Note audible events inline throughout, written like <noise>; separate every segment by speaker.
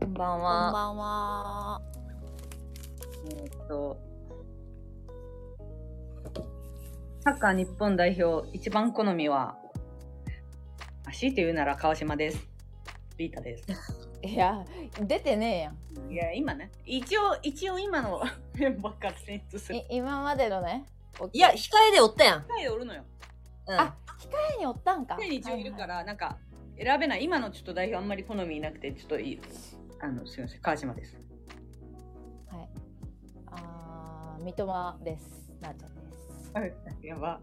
Speaker 1: ばん
Speaker 2: こん
Speaker 1: は。
Speaker 2: ばんは。
Speaker 1: えーっと、サッカー日本代表、一番好みは、あ強いて言うなら川島です。ビータです。
Speaker 2: いや、出てねえやん。
Speaker 1: いや、今ね、一応、一応今の <laughs> メンバーから選出する。
Speaker 2: い今までのね。
Speaker 3: いや、控えでおったやん。
Speaker 1: 一回おるのよ。
Speaker 3: うん、
Speaker 2: あ前におったんか。
Speaker 1: 一応いるか
Speaker 2: は
Speaker 1: ら、なんか、選べない。今のちょっと代表あんまり好みいなくて、ちょっといい。あの、すいません、川島です。
Speaker 2: いはい。はいああ、三笘です。なあちゃんです。
Speaker 1: やば。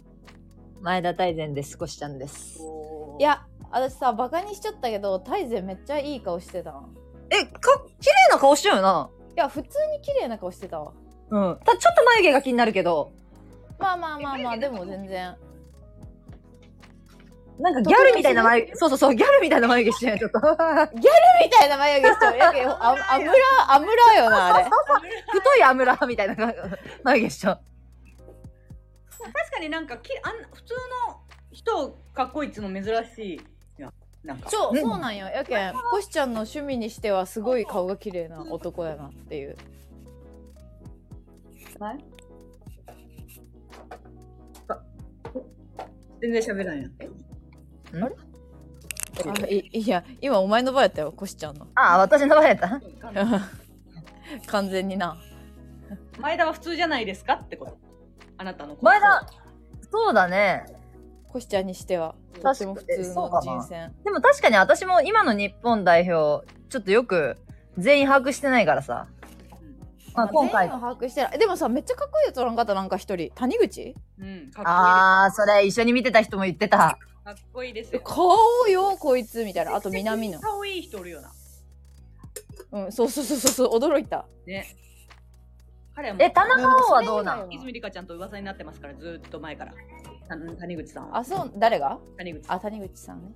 Speaker 3: 前田大然です。少しちゃんです。
Speaker 1: おー
Speaker 2: い、や、私さ、バカにしちゃったけど、大勢めっちゃいい顔してたわ
Speaker 3: え、か、綺麗な顔してるよな。
Speaker 2: いや、普通に綺麗な顔してたわ。
Speaker 3: うん。た、ちょっと眉毛が気になるけど、
Speaker 2: まあまあまあまあ、
Speaker 1: え
Speaker 2: でも全然。
Speaker 3: なんかギャルみたいな眉毛、そうそうそう、ギャルみたいな眉毛してない、ちょっと。 <laughs>
Speaker 2: みたいな眉毛しちゃう。やけあ、あむら、あむらよな、あれ。
Speaker 3: 太いアムラみたいな眉毛しちゃう。
Speaker 1: 確かになんかきあん普通の人かっこいいっつうの珍しいやなんか
Speaker 2: そう、
Speaker 3: ね
Speaker 2: そうなんよ。やけん、コシちゃんの趣味にしてはすごい顔が綺麗な男やなっていう。
Speaker 1: 全然喋らんやん
Speaker 2: あいいや、今お前の場合やったよ、コシちゃんの。
Speaker 3: ああ、私の名前やった。
Speaker 2: <laughs> 完全にな。
Speaker 1: 前田は普通じゃないですかってことあなたのこと
Speaker 3: 前田、そうだね。
Speaker 2: コシちゃんにしては、
Speaker 1: 確
Speaker 2: と
Speaker 3: かに
Speaker 2: っても普通
Speaker 3: そう
Speaker 2: の
Speaker 3: かな
Speaker 2: 人選。
Speaker 3: でも確かに私も今の日本代表、ちょっとよく全員把握してないからさ。まあ
Speaker 2: まあ
Speaker 3: 今回
Speaker 2: 全員を把握してない。でもさ、めっちゃかっこいいやつおらんかった、なんか一人。谷口
Speaker 1: うんかっこいい
Speaker 3: ああ、それ一緒に見てた人も言ってた。
Speaker 1: かっこいいですよ
Speaker 2: 顔よ、こいつ、みたいな。あと南野。
Speaker 1: 顔いい人おるよな
Speaker 2: うん、そうそうそうそう、驚いた。
Speaker 1: ね彼はもう
Speaker 3: え、田中碧はどうな
Speaker 2: それ以外は
Speaker 3: の
Speaker 1: 泉里香ちゃんと噂になってますからずーっと前からた谷口さんは
Speaker 2: あ、そう、誰が
Speaker 1: 谷口さん
Speaker 2: あ、谷口さんね。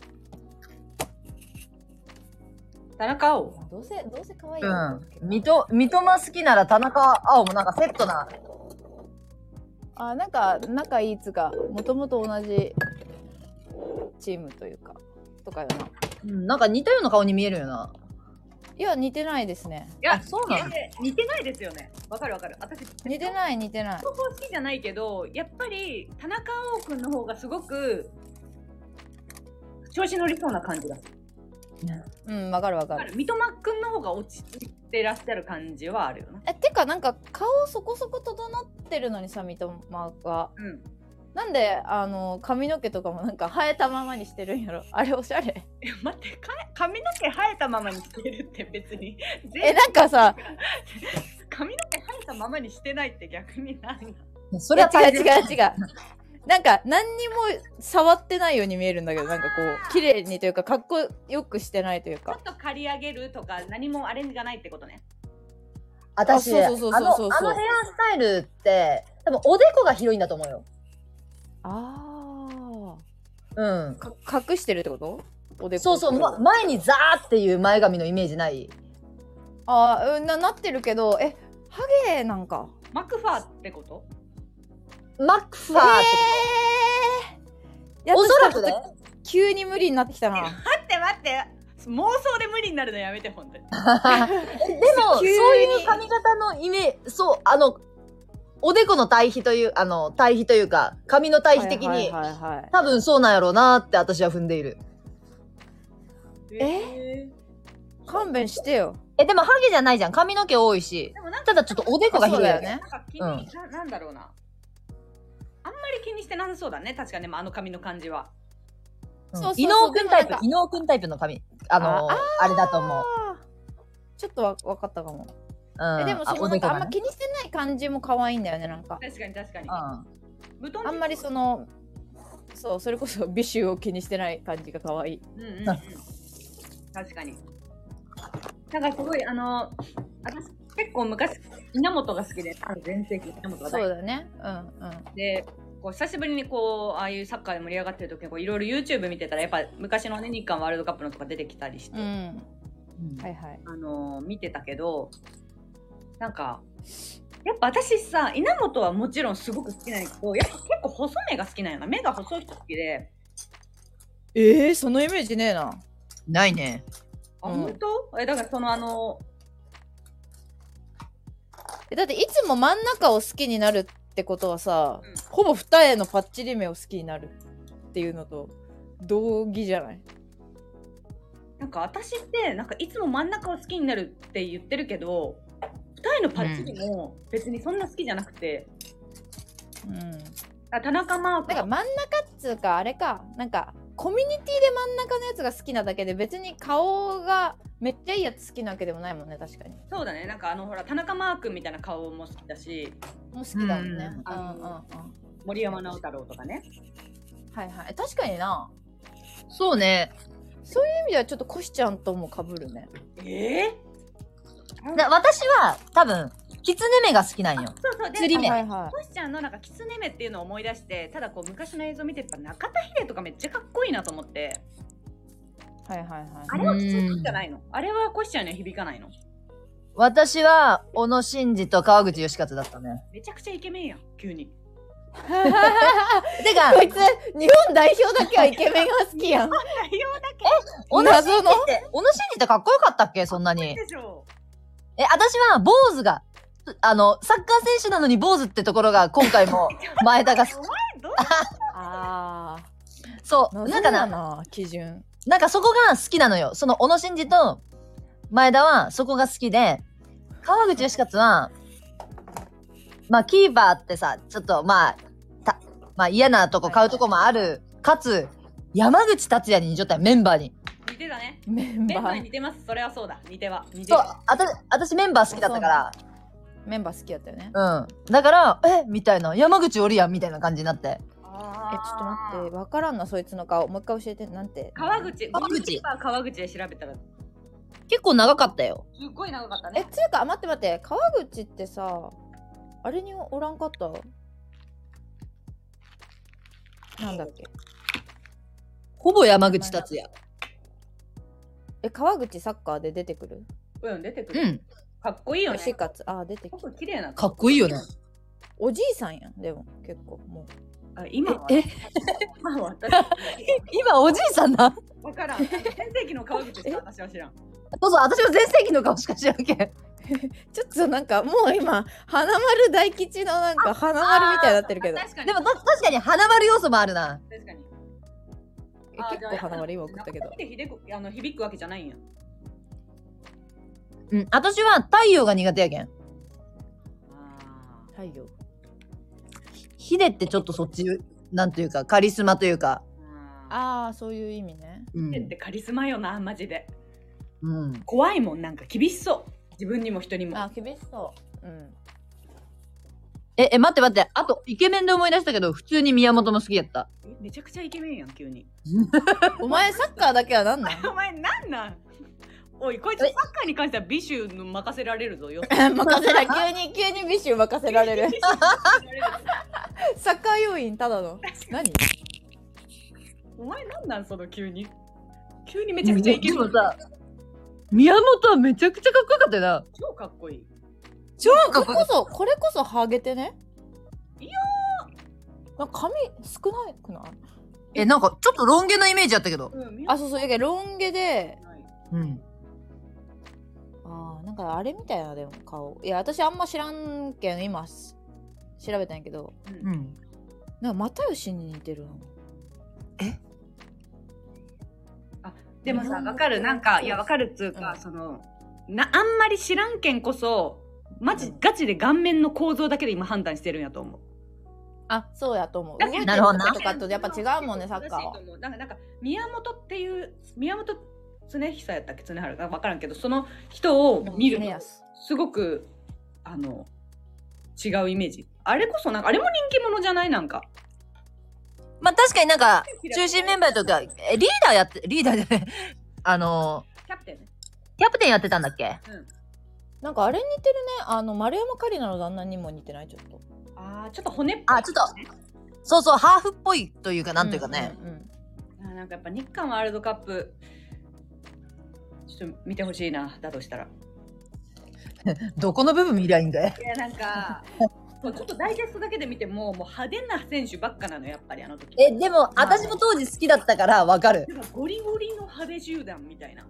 Speaker 1: 田中碧
Speaker 2: どうせ、どうせ可愛いや
Speaker 3: うん
Speaker 2: つだっけ。
Speaker 3: 三笘、三笘好きなら田中碧もなんかセットな。
Speaker 2: あなんか仲いいっつうかもともと同じチームというかとかよな
Speaker 3: うん、なんか似たような顔に見えるよな。
Speaker 2: いや似てないですね
Speaker 1: いや
Speaker 3: あそうなの
Speaker 1: いやいや似てないですよねわかるわかる私
Speaker 2: 似てない似てない
Speaker 1: そこ好きじゃないけどやっぱり田中碧君の方がすごく調子乗りそうな感じがする
Speaker 2: うんわかるわ
Speaker 1: だ
Speaker 2: か
Speaker 1: か
Speaker 2: る
Speaker 1: ら三笘君の方が落ち着いてらっしゃる感じはあるよな
Speaker 2: えてかなんか顔そこそこ整ってるのにさ三笘が
Speaker 1: うん
Speaker 2: なんであの髪の毛とかもなんか生えたままにしてるんやろ <laughs> あれおしゃれ
Speaker 1: いや待ってか髪の毛生えたままにしてるって別に
Speaker 2: え
Speaker 1: 全
Speaker 2: なんかさ
Speaker 1: 髪の毛生えたままにしてないって逆になんだ
Speaker 3: そ
Speaker 2: いや違う違う
Speaker 3: う。
Speaker 2: 違うなんか何にも触ってないように見えるんだけどなんかこう綺麗にというかかっこよくしてないという
Speaker 1: ちょ
Speaker 2: か
Speaker 1: っと刈り上げるとか何もアレンジがないってことね
Speaker 3: 私、
Speaker 2: あ
Speaker 3: あ
Speaker 2: そうそう
Speaker 3: の、
Speaker 2: そ
Speaker 3: あ
Speaker 2: うそうそう
Speaker 3: のヘアスタイルって、多分おでこが広いんだと思うよ。
Speaker 2: ああ
Speaker 3: うん。
Speaker 2: か隠してるってことおでこ
Speaker 3: そうそう、ま、前にザーっていう前髪のイメージない。
Speaker 2: あーうんななってるけどえハゲなんか
Speaker 1: マクファーってこと
Speaker 3: マックファーって
Speaker 2: えー、
Speaker 3: おそらくね
Speaker 2: やっと急に無理になってきたな
Speaker 1: 待って待って妄想で無理になるのやめてほんとに
Speaker 3: でもそう
Speaker 2: 急に
Speaker 3: いう髪型のイメージそうあのおでこの対比というあの対比というか髪の対比的に、
Speaker 2: はいはいはいはい
Speaker 3: 多分そうなんやろうなって私は踏んでいる
Speaker 1: え
Speaker 2: 勘弁してよ
Speaker 3: えでもハゲじゃないじゃん髪の毛多いし
Speaker 1: でもなんか
Speaker 3: ただちょっとおでこが広いよね
Speaker 1: なんか気に、ななんだろうな。あんまり気にしてなさそうだね。確かに、でもあの髪の感じは。
Speaker 3: うん
Speaker 2: そうそうそう
Speaker 3: 伊能くんタイ
Speaker 2: でも
Speaker 3: プ
Speaker 2: なんか
Speaker 3: 伊能くんタイプの髪あの
Speaker 2: あ
Speaker 3: あれだと思う、
Speaker 2: あーちょっとわ分かったかも、
Speaker 3: うん、
Speaker 2: えでもその
Speaker 3: お
Speaker 2: なん
Speaker 3: でこ
Speaker 2: か
Speaker 3: が
Speaker 2: あんま
Speaker 3: ね
Speaker 2: 気にしてない感じも可愛いんだよねなんか
Speaker 1: 確かに確かに。無
Speaker 2: あ
Speaker 1: 頓
Speaker 2: んまりそのそうそれこそ <laughs> 美醜を気にしてない感じが可愛い
Speaker 1: うんうんうん。確かに。なんかすごい、あの、私結構昔、稲本が好きで、あの全盛期稲本が
Speaker 2: そう
Speaker 1: 大好
Speaker 2: だねうんうん
Speaker 1: きで、こう久しぶりにこう、ああいうサッカーで盛り上がってる時にこう、いろいろ YouTube 見てたら、やっぱ昔のね、日韓ワールドカップのとか出てきたりして、
Speaker 2: うん
Speaker 3: うん
Speaker 2: はいはい
Speaker 1: あのー見てたけどなんかやっぱ私さ稲本はもちろんすごく好きなんやけどやっぱ結構細目が好きなんやな目が細い人好きで
Speaker 2: えー、そのイメージねえな
Speaker 3: ないね
Speaker 1: あ、
Speaker 2: うん
Speaker 1: 本当えだからそのあの
Speaker 2: えだっていつも真ん中を好きになるってことはさ、
Speaker 1: うん
Speaker 2: ほぼ二重のパッチリ目を好きになるっていうのと同義じゃない
Speaker 1: なんか私ってなんかいつも真ん中を好きになるって言ってるけど二重のパッチリも別にそんな好きじゃなくて、
Speaker 2: うん
Speaker 1: あ田中マーク
Speaker 2: なんか真ん中っつうかあれかなんかコミュニティで真ん中のやつが好きなだけで別に顔がめっちゃいいやつ好きなわけでもないもんね確かに
Speaker 1: そうだねなんかあのほら田中マークみたいな顔も好きだし
Speaker 2: もう好きだもんね
Speaker 3: うん
Speaker 2: うんうんうん
Speaker 1: 森山直太朗とかね
Speaker 2: はいはい確かにな
Speaker 3: そうね。
Speaker 2: そういう意味ではちょっとコシちゃんともかぶるね
Speaker 1: ええ
Speaker 3: だ私は、多分、キツネ目が好きなんよ。
Speaker 1: そうそうで
Speaker 3: 釣り目
Speaker 1: あ
Speaker 2: はいは
Speaker 1: トシちゃんのなんかキツネ目っていうのを思い出してただこう昔の映像見てやっぱ中田秀とかめっちゃかっこいいなと思って
Speaker 2: いはいはいはい
Speaker 1: あれはキツネ目じゃないのあれはコシちゃんには響かないの
Speaker 3: 私は、小野伸二と川口義勝だったね。
Speaker 1: めちゃくちゃイケメンやん急に
Speaker 3: て
Speaker 2: <laughs>
Speaker 3: か、
Speaker 2: こいつ日本代表だけはイケメンが好きや
Speaker 1: <laughs>
Speaker 2: ん
Speaker 1: 内容だ
Speaker 3: 小野伸
Speaker 2: 謎の
Speaker 3: 二って、小野伸二ってかっこよかったっけそんな
Speaker 1: け
Speaker 3: に。
Speaker 1: でしょ
Speaker 3: え、私は、坊主が、あの、サッカー選手なのに坊主ってところが、今回
Speaker 2: <laughs>
Speaker 3: も、前田が好き、
Speaker 2: あ
Speaker 3: そう、な
Speaker 2: あなんん
Speaker 3: か
Speaker 2: か
Speaker 3: な
Speaker 2: な、基準
Speaker 3: なんかそこが好きなのよ。その、小野伸二と前田はそこが好きで、川口義勝は、まあ、キーパーってさ、ちょっとまあ、た、まあ嫌なとこ買うとこもある。かつ、山口達也に似ちゃったよ、メンバーに。
Speaker 1: 似てたね
Speaker 2: メン
Speaker 1: メンバ
Speaker 2: バ
Speaker 1: ーに
Speaker 2: ー
Speaker 1: 似てますそれはそうだ似ては似て
Speaker 3: そう、
Speaker 1: る
Speaker 3: あた、私メンバー好きだったか
Speaker 2: メンバー好きやったよね
Speaker 3: ら、うん。だから、えみたいな、山口おりやんみたいな感じになって。
Speaker 2: えちょっと
Speaker 1: あー
Speaker 2: 待ってわからんなそいつの顔もう一回教えてなんて
Speaker 1: 川口
Speaker 3: 川口
Speaker 1: ゴールキーパー川口で調べたらす
Speaker 3: 結構長かったよ。
Speaker 1: っごい長かった
Speaker 2: え
Speaker 1: ね
Speaker 2: つうかあ待って待って川口ってさあれにおらんかったなんだっけ
Speaker 3: ほぼ山口達也。
Speaker 2: え川口サッカーで出てくる
Speaker 1: うん出てくる、
Speaker 3: うん。
Speaker 1: かっこいいよね
Speaker 2: 推し活あ出
Speaker 1: す
Speaker 2: てき
Speaker 1: ご
Speaker 2: た
Speaker 1: く綺麗な
Speaker 3: かっこいいよね。
Speaker 2: おじいさんやんでも結構も
Speaker 1: あ今は
Speaker 3: え
Speaker 1: <laughs>
Speaker 3: え
Speaker 1: 今は私
Speaker 3: 今、おじいさんだ。
Speaker 1: 分からん全盛期の川口しか私は知らん
Speaker 3: そうそう、私も全盛期の顔しか知らんけん。
Speaker 2: うちょっとなんかもう今花丸大吉のなんか花丸みたいになってるけど
Speaker 1: あ確かに
Speaker 3: <laughs> でもた確かに花丸要素もあるな。
Speaker 1: 確かに
Speaker 2: え
Speaker 1: あ
Speaker 2: 結構花丸今送ったけど
Speaker 1: 中身でひでくあの響くわけじゃないんや
Speaker 3: うん。私は太陽が苦手やけん。
Speaker 1: あ
Speaker 2: 太陽
Speaker 3: ヒデってちょっとそっち、なんというか、カリスマというか。
Speaker 1: あ
Speaker 2: ああそういう意味ね
Speaker 3: う
Speaker 1: っ
Speaker 3: ん
Speaker 1: て。カリスマよなマジで
Speaker 3: うん、
Speaker 1: 怖いもんなんか厳しそう自分にも人にも
Speaker 2: あ厳しそううん
Speaker 3: え、え、待って待って。あと、イケメンで思い出したけど、普通に宮本も好きやった。
Speaker 1: えめちゃくちゃイケメンやん急に
Speaker 2: お前サッカーだけはなんなん
Speaker 1: お前なんなんおいこいつサッカーに関しては美酒の任せられるぞ
Speaker 2: <laughs>
Speaker 1: よ
Speaker 2: 任せら <laughs> 急に急にビシュ任せられ <laughs> るサッカー要員ただの何
Speaker 1: お前なんなんその急に急にめちゃくちゃイケメ
Speaker 3: でも
Speaker 1: ン
Speaker 3: さ、宮本はめちゃくちゃかっこよかったよな。
Speaker 1: 超かっこいい
Speaker 3: 超かっこ
Speaker 2: これ
Speaker 3: よかっ
Speaker 2: こそこれこそハゲてね
Speaker 1: いや
Speaker 2: なんか髪少ないくない
Speaker 3: た。え、なんか、ちょっとロン毛のイメージやったけど。
Speaker 1: うん
Speaker 2: あそうそうやけどロン毛で
Speaker 3: うん。
Speaker 2: あーなんかあれみたいなでも顔いや私あんま知らんけん今す調べたんやけど
Speaker 1: うん
Speaker 3: うん。
Speaker 2: なんか又吉に似てるの
Speaker 1: でもさわかるなんかいやわかるっつうか、
Speaker 2: うん
Speaker 1: そのなあんまり知らんけんこそマジガチで顔面の構造だけで今判断してるんやと思う
Speaker 2: あそうやと思う
Speaker 1: だけど
Speaker 2: 動いて
Speaker 3: なるほどな
Speaker 2: とことかとやっぱ違
Speaker 3: <laughs>
Speaker 2: うもんねサッカーは
Speaker 1: なんかなんか宮本っていう宮本常久やったっけ常春か分からんけどその人を見る
Speaker 2: うん
Speaker 1: とすごくあの違うイメージあれこそなんかあれも人気者じゃないなんか
Speaker 3: まあ、確かになんか、中心メンバーとか、え、リーダーやって、リーダーじゃない。 <laughs> あの
Speaker 1: キャプテンね
Speaker 3: ー、キャプテンやってたんだっけ
Speaker 2: なんかあれ似てるねあの丸山桂里奈の旦那にも似てないちょっと
Speaker 1: あーちょっと骨っぽい
Speaker 3: あ、ちょっと、そうそう、ハーフっぽいというか、なんというかね。
Speaker 2: うんうんうん
Speaker 1: あーなんかやっぱ日韓ワールドカップちょっと見てほしいなだとしたら
Speaker 3: どこの部分見りゃいいんだよ。
Speaker 1: いやなん
Speaker 3: <laughs>
Speaker 1: かそうちょっとダイジェストだけで見てももう派手な選手ばっかなのやっぱりあの時
Speaker 3: え、でも、私も当時好きだったからわかる。
Speaker 1: なんかゴリゴリの派手集団みたいな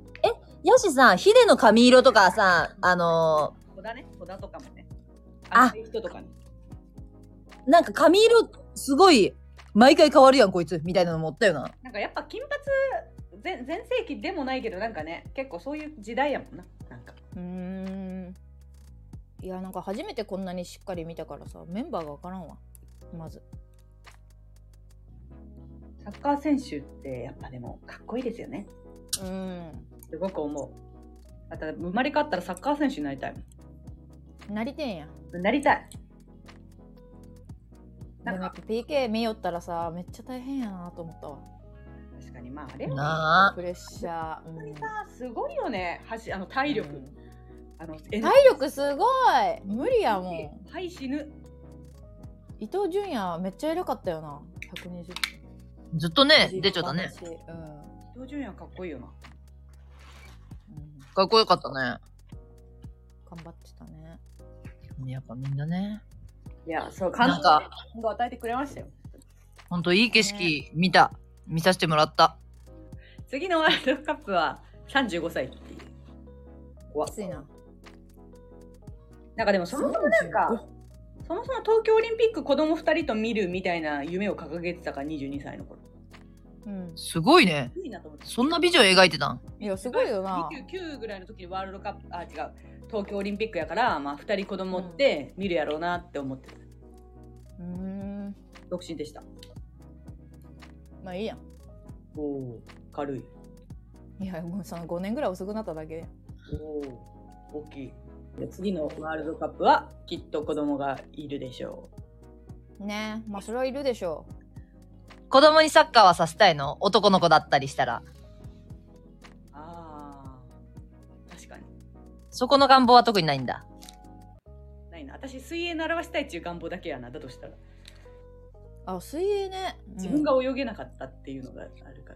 Speaker 3: よしさん、ヒデの髪色とかさ、あの
Speaker 1: 小田ね小田とかもね
Speaker 3: ー、
Speaker 1: あそういう人とかに
Speaker 3: なんか髪色、すごい、毎回変わるやん、こいつ、みたいなのもおったよな。
Speaker 1: なんかやっぱ金髪全全盛期でもないけどなんかね結構そういう時代やもんななんか
Speaker 2: うーんいやなんか初めてこんなにしっかり見たからさメンバーが分からんわまず
Speaker 1: サッカー選手ってやっぱでもかっこいいですよね
Speaker 2: うーん
Speaker 1: すごく思うあと生まれ変わったらサッカー選手になりたいも
Speaker 2: なりてんや
Speaker 1: んなりたい
Speaker 2: で
Speaker 1: なん
Speaker 2: もや
Speaker 1: か
Speaker 2: っぱ PK 見よったらさめっちゃ大変やなと思ったわ
Speaker 1: 確かにまああれは
Speaker 3: な
Speaker 2: プレッシャー、うん
Speaker 1: 本当にさすごいよねはしあの体力、
Speaker 2: うん
Speaker 1: あの
Speaker 2: 体力すごい無理やもん
Speaker 1: んはい死ぬ
Speaker 2: 伊藤純也めっちゃ偉かったよな120
Speaker 3: あ。ずっとね、出ちゃったね。
Speaker 2: う
Speaker 1: 伊
Speaker 2: ん、
Speaker 1: 藤純也かっこいいよな
Speaker 2: うん
Speaker 3: かっこよかったね。
Speaker 2: 頑張ってたね
Speaker 3: やっぱみんなね、
Speaker 1: いやそう感
Speaker 3: なん
Speaker 1: 動
Speaker 3: か、
Speaker 1: 感動を与えてくれましたよ
Speaker 3: ほんといい景色見た。見させてもらった。
Speaker 1: 次のワールドカップは35歳っていう怖
Speaker 2: きついな
Speaker 1: なんかでもそもそもなんかそもそも東京オリンピック子供2人と見るみたいな夢を掲げてたから22歳の頃
Speaker 2: うん
Speaker 3: すごいね。
Speaker 1: いいなと思って
Speaker 3: そんな美女描いてたん
Speaker 2: いやすごいよな
Speaker 1: 29ぐらいの時にワールドカップあ違う東京オリンピックやから、まあ、2人子供って見るやろうなって思ってた
Speaker 2: うーん
Speaker 1: 独身でした
Speaker 2: まあいいや
Speaker 1: おお軽い
Speaker 2: いやもうその5年ぐらい遅くなっただけで
Speaker 1: おお大きいで次のワールドカップはきっと子供がいるでしょ
Speaker 2: ねまあそれはいるでしょ
Speaker 3: 子供にサッカーはさせたいの男の子だったりしたら。
Speaker 1: うあー確かに
Speaker 3: そこの願望は特にないんだ。
Speaker 1: ないな私水泳習わしたいっていう願望だけやなだとしたら
Speaker 2: うあ水泳ね
Speaker 1: 自分が泳げなかったっていうのがあるから、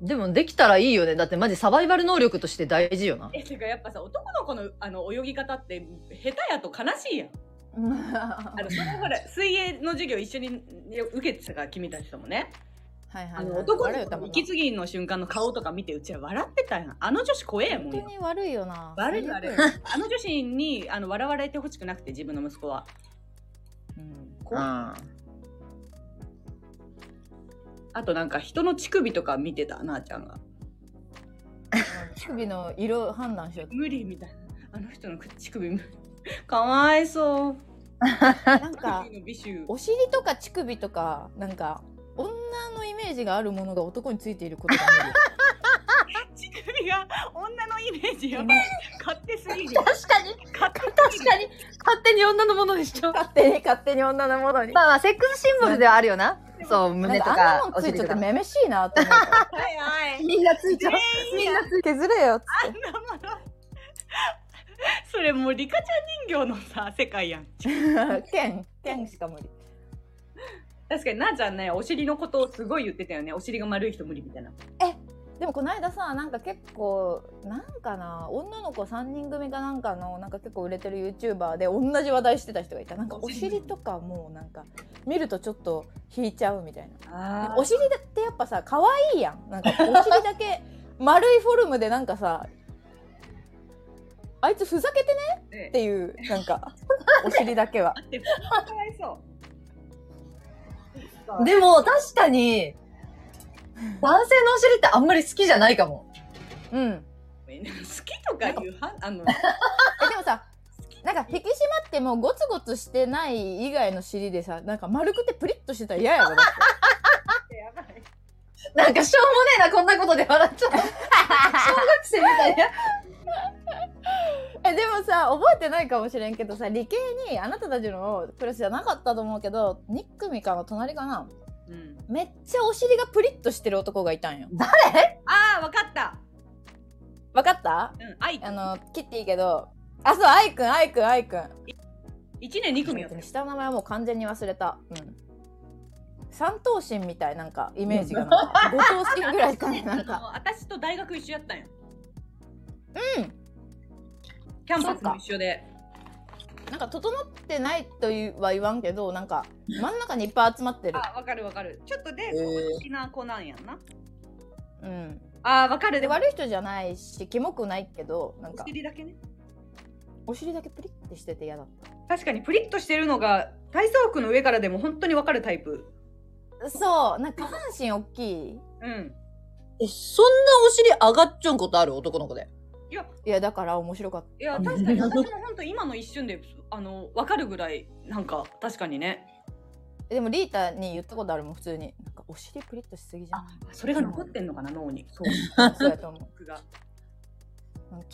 Speaker 3: でもできたらいいよね。だってマジサバイバル能力として大事よな。
Speaker 1: えてかやっぱさ男の子のあの泳ぎ方って下手やと悲しいやん
Speaker 2: <laughs> うん
Speaker 1: あのそのほら <laughs> 水泳の授業一緒に受けてたから君たちともね
Speaker 2: はいはい、は
Speaker 1: あ
Speaker 2: い、
Speaker 1: の男
Speaker 2: 悪い
Speaker 1: の
Speaker 2: よ
Speaker 1: 子
Speaker 2: 多
Speaker 1: の
Speaker 2: 分
Speaker 1: 息継ぎの瞬間の顔とか見てうちは笑ってたやんあの女子怖えやも
Speaker 2: 本
Speaker 1: ん
Speaker 2: 当
Speaker 1: よ
Speaker 2: に悪いよな
Speaker 1: 悪い悪い
Speaker 2: 最悪よ
Speaker 1: あの女子にあの笑われてほしくなくて自分の息子は
Speaker 2: うん
Speaker 1: こ
Speaker 3: う。
Speaker 1: うんあとなんか人の乳首とか見てたなあちゃんが
Speaker 2: 乳首の色判断
Speaker 3: <laughs>
Speaker 2: しよう
Speaker 1: 無理みたいなあの人の乳首無理かわいそう
Speaker 2: なんか
Speaker 1: 乳首の美醜
Speaker 2: お尻とか乳首とかなんか女のイメージがあるものが男についていることが
Speaker 3: <laughs>
Speaker 1: 乳首が女のイメージやばい勝手すぎる
Speaker 3: 確かに、
Speaker 1: 勝手
Speaker 3: 確かに、勝手に女のものでしょ。
Speaker 2: 勝手に勝手に女のものに
Speaker 3: まあまあ、セックスシンボルではあるよな。そう、
Speaker 2: なん
Speaker 3: 胸と
Speaker 2: かあん
Speaker 3: か
Speaker 2: なも、ん
Speaker 3: お
Speaker 2: つい
Speaker 3: 尻と
Speaker 2: ちゃって
Speaker 3: か。
Speaker 2: めめしいなと思って
Speaker 1: はいはい
Speaker 3: <laughs> みんなついちゃ
Speaker 2: <laughs>
Speaker 3: う。
Speaker 1: 全員や
Speaker 2: 削れよっつ
Speaker 1: あんなものそれもうリカちゃん人形のさ世界やん
Speaker 2: って剣剣しか無理
Speaker 1: 確かになあちゃんねお尻のことをすごい言ってたよねお尻が丸い人無理みたいな
Speaker 2: でもこの間さなんか結構なんかな女の子3人組かなんかのなんか結構売れてる YouTuber で同じ話題してた人がいたなんかお尻とかもうなんか見るとちょっと引いちゃうみたい
Speaker 1: あ
Speaker 2: なお尻だってやっぱさ可愛いやんなんかお尻だけ <laughs> 丸いフォルムでなんかさあいつふざけてね
Speaker 1: え
Speaker 2: っ
Speaker 1: え
Speaker 2: ていうなんかお尻だけは
Speaker 1: あってかわいそう
Speaker 3: でも、確かに、男性のお尻ってあんまり好きじゃないかも。
Speaker 2: うんえ
Speaker 1: 好きとかいうは <laughs> あの
Speaker 2: でもさなんか引き締まってもうゴツゴツしてない以外の尻でさなんか丸くてプリッとしてたら嫌やろだって
Speaker 1: やばい
Speaker 3: なんかしょうもねえな、こんなことで笑っちゃう。小学生みたいな。
Speaker 2: えでもさ覚えてないかもしれんけどさ理系にあなたたちのクラスじゃなかったと思うけどニックミかの隣かな
Speaker 1: うん
Speaker 2: めっちゃお尻がプリッとしてる男がいたんよ
Speaker 1: あーわかった
Speaker 2: わかった
Speaker 1: うんあい
Speaker 2: あの切っていいけどあそうアイくんアイくんアイくん
Speaker 1: 一年二組やった
Speaker 2: 下の名前はもう完全に忘れたうん三頭身みたいなんかイメージがなんか五頭身ぐらいかななん
Speaker 1: あ
Speaker 2: か
Speaker 1: の私と大学一緒やったんや
Speaker 2: うん
Speaker 1: キャンパスも一緒で
Speaker 2: なんか整ってないというは言わんけどなんか真ん中にいっぱい集まってる
Speaker 1: あわかるわかるちょっとで
Speaker 3: えー
Speaker 1: 好きな子なんやんな
Speaker 2: うん
Speaker 1: あーわかる
Speaker 2: で
Speaker 1: でも
Speaker 2: 悪い人じゃないしキモくないけどなん
Speaker 1: お
Speaker 2: か
Speaker 1: 尻だけね
Speaker 2: お尻だけプリってしてて嫌だった
Speaker 1: 確かにプリッとしてるのが体操服の上からでも本当にわかるタイプ
Speaker 2: そうなんか下半身大きい
Speaker 1: うん
Speaker 3: え、そんなお尻上がっちゃうことある男の子で。
Speaker 1: いや
Speaker 2: いやだから面白かっ
Speaker 1: いや確かに私も本当今の一瞬であの分かるぐらいなんか確かにね
Speaker 2: たでもリータに言ったことあるもん普通になんかお尻プリッとしすぎじゃない
Speaker 1: それが残ってんのかな脳にそう
Speaker 2: そうやと思う
Speaker 1: 僕が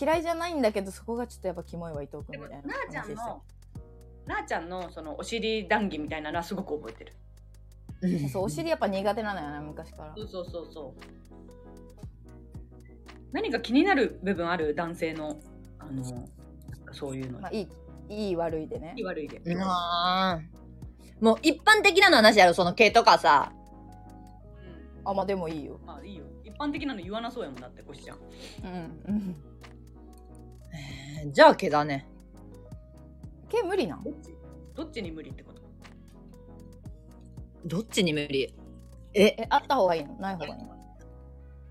Speaker 2: 嫌いじゃないんだけどそこがちょっとやっぱキモいわ伊藤
Speaker 1: で
Speaker 2: 君
Speaker 1: も
Speaker 2: みたい
Speaker 1: な
Speaker 2: な
Speaker 1: あちゃん
Speaker 2: でした
Speaker 1: のなあちゃんのそのお尻談義みたいなのはすごく覚えてる
Speaker 2: そうお尻やっぱ苦手なのよね昔から
Speaker 1: そうそうそうそう何か気になる部分ある男性のあのなんかそういうの
Speaker 2: まあいいいい悪いでね
Speaker 1: いい悪いで
Speaker 3: うわーもう一般的なの話やろ、その毛とかさ。
Speaker 1: うん
Speaker 2: あまあでもいいよ
Speaker 1: まあいいよ一般的なの言わなそうやもんだってこしちゃん
Speaker 2: うんうん
Speaker 3: えーじゃあ毛だね。
Speaker 2: 毛無理なん
Speaker 1: どっちどっちに無理ってこと
Speaker 3: どっちに無理え、
Speaker 2: えあった方がいいのない方がいいの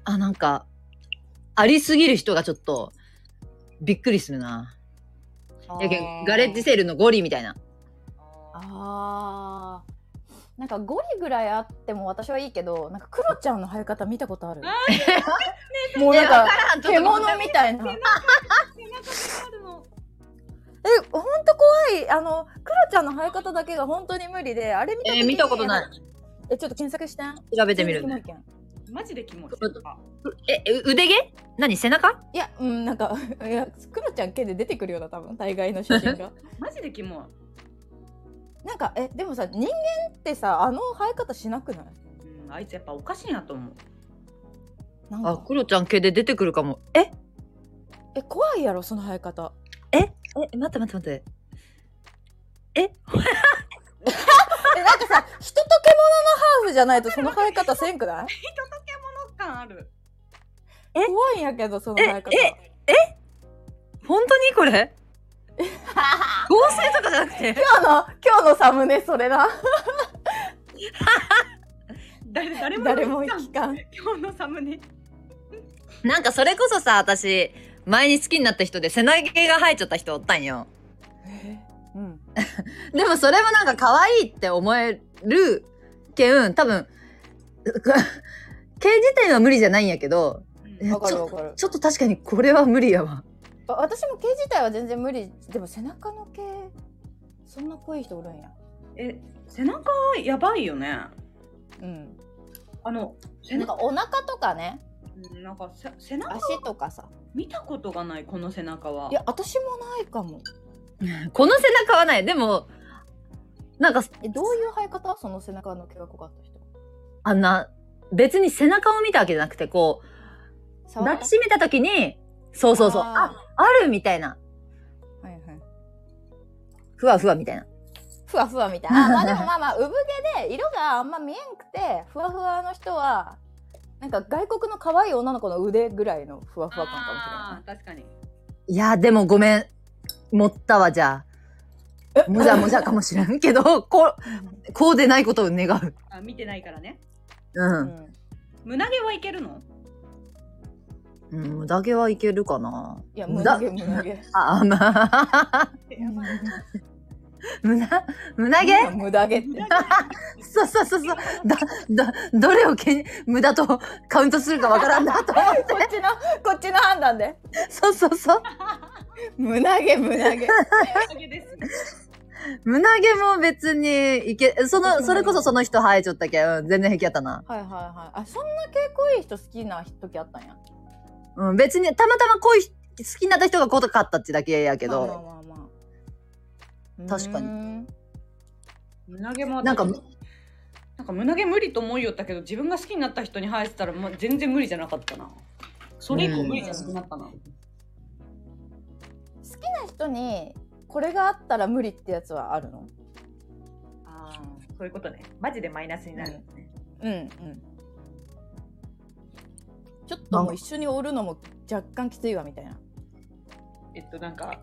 Speaker 3: あ、なんか、ありすぎる人がちょっと、びっくりするな。やけんガレッジセールのゴリみたいな。
Speaker 2: あーなんかゴリぐらいあっても私はいいけどなんかクロちゃんの生え方見たことあるもうなん
Speaker 3: えわ
Speaker 2: か
Speaker 3: からんちょっと
Speaker 2: 獣みたい <laughs> な
Speaker 1: あでも
Speaker 2: え、ほんと怖い。あの、クロちゃんの生え方だけが本当に無理で、あれ見た時
Speaker 3: え
Speaker 2: に
Speaker 3: ー見たことない。。
Speaker 2: え、ちょっと検索して。
Speaker 3: 調べてみるね。
Speaker 2: 全然キモいけ
Speaker 1: <laughs>
Speaker 2: ん
Speaker 1: マジでキモいあ
Speaker 3: え、う腕毛何背中
Speaker 2: いや、うん、なんか、 <laughs> いや、クロちゃん系で出てくるような、多分、大概の写真
Speaker 3: <laughs>
Speaker 2: が。
Speaker 1: マジでキモい
Speaker 2: なんか、え、でもさ、人間ってさ、あの生え方しなくない
Speaker 1: うん、あいつやっぱおかしいなと思う。
Speaker 2: なん
Speaker 3: あ、
Speaker 2: か、
Speaker 3: クロちゃん毛で出てくるかも。え
Speaker 2: え、怖いやろ、その生え方。
Speaker 3: え、待って待って待って。
Speaker 2: え、なんかさ、 <laughs> 人と獣のハーフじゃないと、その生え方せんくない
Speaker 1: 感ある。
Speaker 2: 怖いんやけど、その生え方。
Speaker 3: え本当にこ
Speaker 2: <laughs>
Speaker 3: れ合成とかじゃなくて。
Speaker 2: 今日の、今日のサムネ、それな。
Speaker 1: 誰誰も
Speaker 2: 誰も聞かん。
Speaker 1: 今日のサムネ。
Speaker 3: なんかそれこそさ、私、前に好きになった人で背中毛が生えちゃった人おったんよ。
Speaker 2: えうん。
Speaker 3: でもそれもなんか可愛いって思えるけん、多分、 <laughs> 毛自体は無理じゃないんやけど、
Speaker 1: うん
Speaker 2: わかるわかる。
Speaker 3: ちょっと確かにこれは無理やわ。
Speaker 2: あ私も毛自体は全然無理でも背中の毛そんな濃い人おるんや
Speaker 1: え背中やばいよね。
Speaker 2: うん
Speaker 1: あの背
Speaker 2: なん
Speaker 1: 中
Speaker 2: かお腹とかね
Speaker 1: うんなんかせ背中
Speaker 2: 足とかさ。
Speaker 1: 見たことがないこの背中はい
Speaker 2: や私もないかも
Speaker 3: この背中はない。でも、なんか
Speaker 2: えどういう生え方その背中の毛が濃かった人
Speaker 3: あんな、別に背中を見たわけじゃなくて、こう、
Speaker 2: 触っ
Speaker 3: 抱きしめた時に、そうそうそう、あ
Speaker 2: あ
Speaker 3: あ、るみたいな。
Speaker 2: ーはいはい
Speaker 3: ふわふわみたいな。
Speaker 2: ふわふわみたいなあまあでもまあまあ産毛で色があんま見えんくてふわふわの人はなんか外国の可愛い女の子の腕ぐらいのふわふわ感かもしれない
Speaker 1: あー確かに。
Speaker 3: いやー、でもごめん。持ったわ、じゃあ。もじゃもじゃかもしれんけど、こう、こうでないことを願う。
Speaker 1: あ見てないからね。
Speaker 3: う。
Speaker 2: うんん
Speaker 1: 胸毛はいけるの？
Speaker 3: うん、無駄毛はいけるかな。
Speaker 2: いや
Speaker 3: 無
Speaker 2: 胸
Speaker 3: 駄
Speaker 2: 毛胸毛
Speaker 3: あ、まあ、 <laughs> 無駄、胸毛
Speaker 2: 無駄毛って
Speaker 1: 胸毛
Speaker 3: そうそうそうそう。だ、だ、どれをけん無駄とカウントするかわからんなと思っ
Speaker 2: <laughs> こっちのこっちの判断で
Speaker 3: て。そうそうそう。
Speaker 2: 胸毛胸
Speaker 1: 胸毛
Speaker 2: 毛
Speaker 1: ですね。
Speaker 3: 胸毛も別にいけ、そ
Speaker 2: 私も
Speaker 3: の、
Speaker 2: ね
Speaker 3: それこそその人生えちゃったけん、うん全然平気やったな。
Speaker 2: <laughs> はいはいはい。あ、そんな毛濃い人好きな時あったんや。
Speaker 3: うん、別に、たまたま恋し、好きになった人が濃かったってだけやけ
Speaker 2: まあ
Speaker 3: ど、
Speaker 2: まあまあまあ
Speaker 3: 確かに
Speaker 2: うーん
Speaker 1: 胸毛も
Speaker 3: なんか
Speaker 1: なんか胸毛無理と思いよったけど自分が好きになった人に生えてたら、ま、全然無理じゃなかったな。それ以降無理じゃなくなったな。
Speaker 2: 好きな人にこれがあったら無理ってやつはあるの
Speaker 1: ああそういうことね。マジでマイナスになるよね。
Speaker 2: うんうん。ちょっともう一緒におるのも若干きついわみたいな。
Speaker 1: えっとなんか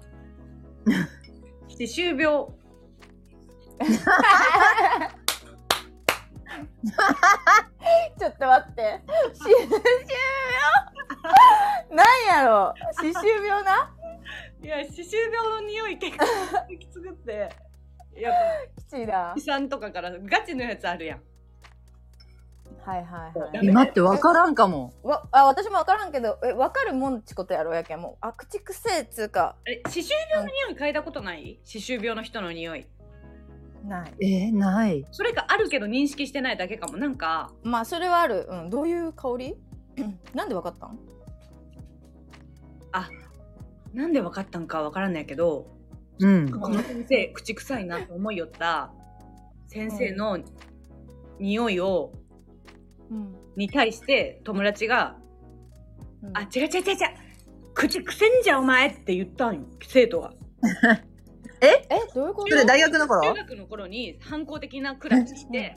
Speaker 1: 歯周病
Speaker 2: <laughs> ちょっと待って。歯周病なんやろう歯周病な
Speaker 1: いや歯周病の匂い結構きつくってやっ
Speaker 2: きちいだ
Speaker 1: ぱ胃酸とかからガチのやつあるやん
Speaker 2: はいはいは
Speaker 1: ダ
Speaker 2: い
Speaker 1: メ
Speaker 3: 待って、わからんかも。
Speaker 2: わあ私も分からんけどえ分かるもんちことやろやけんもうあ口くせえっつうか
Speaker 1: え歯周病の匂い嗅いだことない歯周病の人の匂い
Speaker 2: ない
Speaker 3: えー、ない。
Speaker 1: それがあるけど認識してないだけかもなんか
Speaker 2: まあそれはある、うん、どういう香りなんで分かったん
Speaker 1: なんで分かったんか分からないけど
Speaker 3: うん。
Speaker 1: この先生口臭いなと思いよった先生の匂いを
Speaker 2: うん、
Speaker 1: に対して友達が
Speaker 2: う
Speaker 1: 「
Speaker 2: ん
Speaker 1: あ違う違う違う違う口くせんじゃんお前」って言ったんよ生徒が。
Speaker 2: えどういうこと
Speaker 3: それ大学の頃
Speaker 1: 中学の頃に反抗的なクラスにして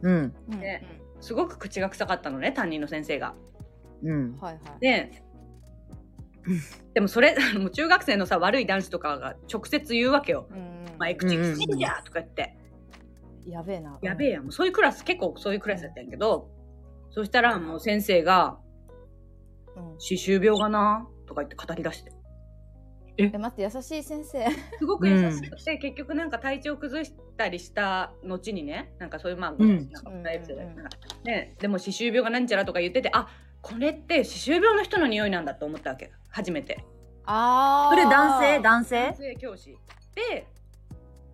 Speaker 3: うん。
Speaker 2: うん
Speaker 1: ねすごく口が臭かったのね担任の先生が。
Speaker 3: うん
Speaker 2: うん。はいはい
Speaker 1: で
Speaker 3: うん
Speaker 1: でもそれもう中学生のさ悪い男子とかが直接言うわけよ。
Speaker 2: うん
Speaker 1: お前口くせんじゃんとか言って、
Speaker 2: やべえな
Speaker 1: やべえやんもうそういうクラス結構そういうクラスだったんやけど、そしたらもう先生が
Speaker 2: うん
Speaker 1: 「歯周病がな」とか言って語り出して
Speaker 2: え待って優しい
Speaker 1: <laughs>
Speaker 2: 先生
Speaker 1: すごく優しくて、結局なんか体調崩したりした後にねなんかそういうまあ、
Speaker 3: うん
Speaker 1: なんか大学生だよねねでも歯周病がなんちゃらとか言っててあこれって歯周病の人の匂いなんだと思ったわけ初めて
Speaker 2: ああ
Speaker 3: それ男性男性
Speaker 1: 男性教師で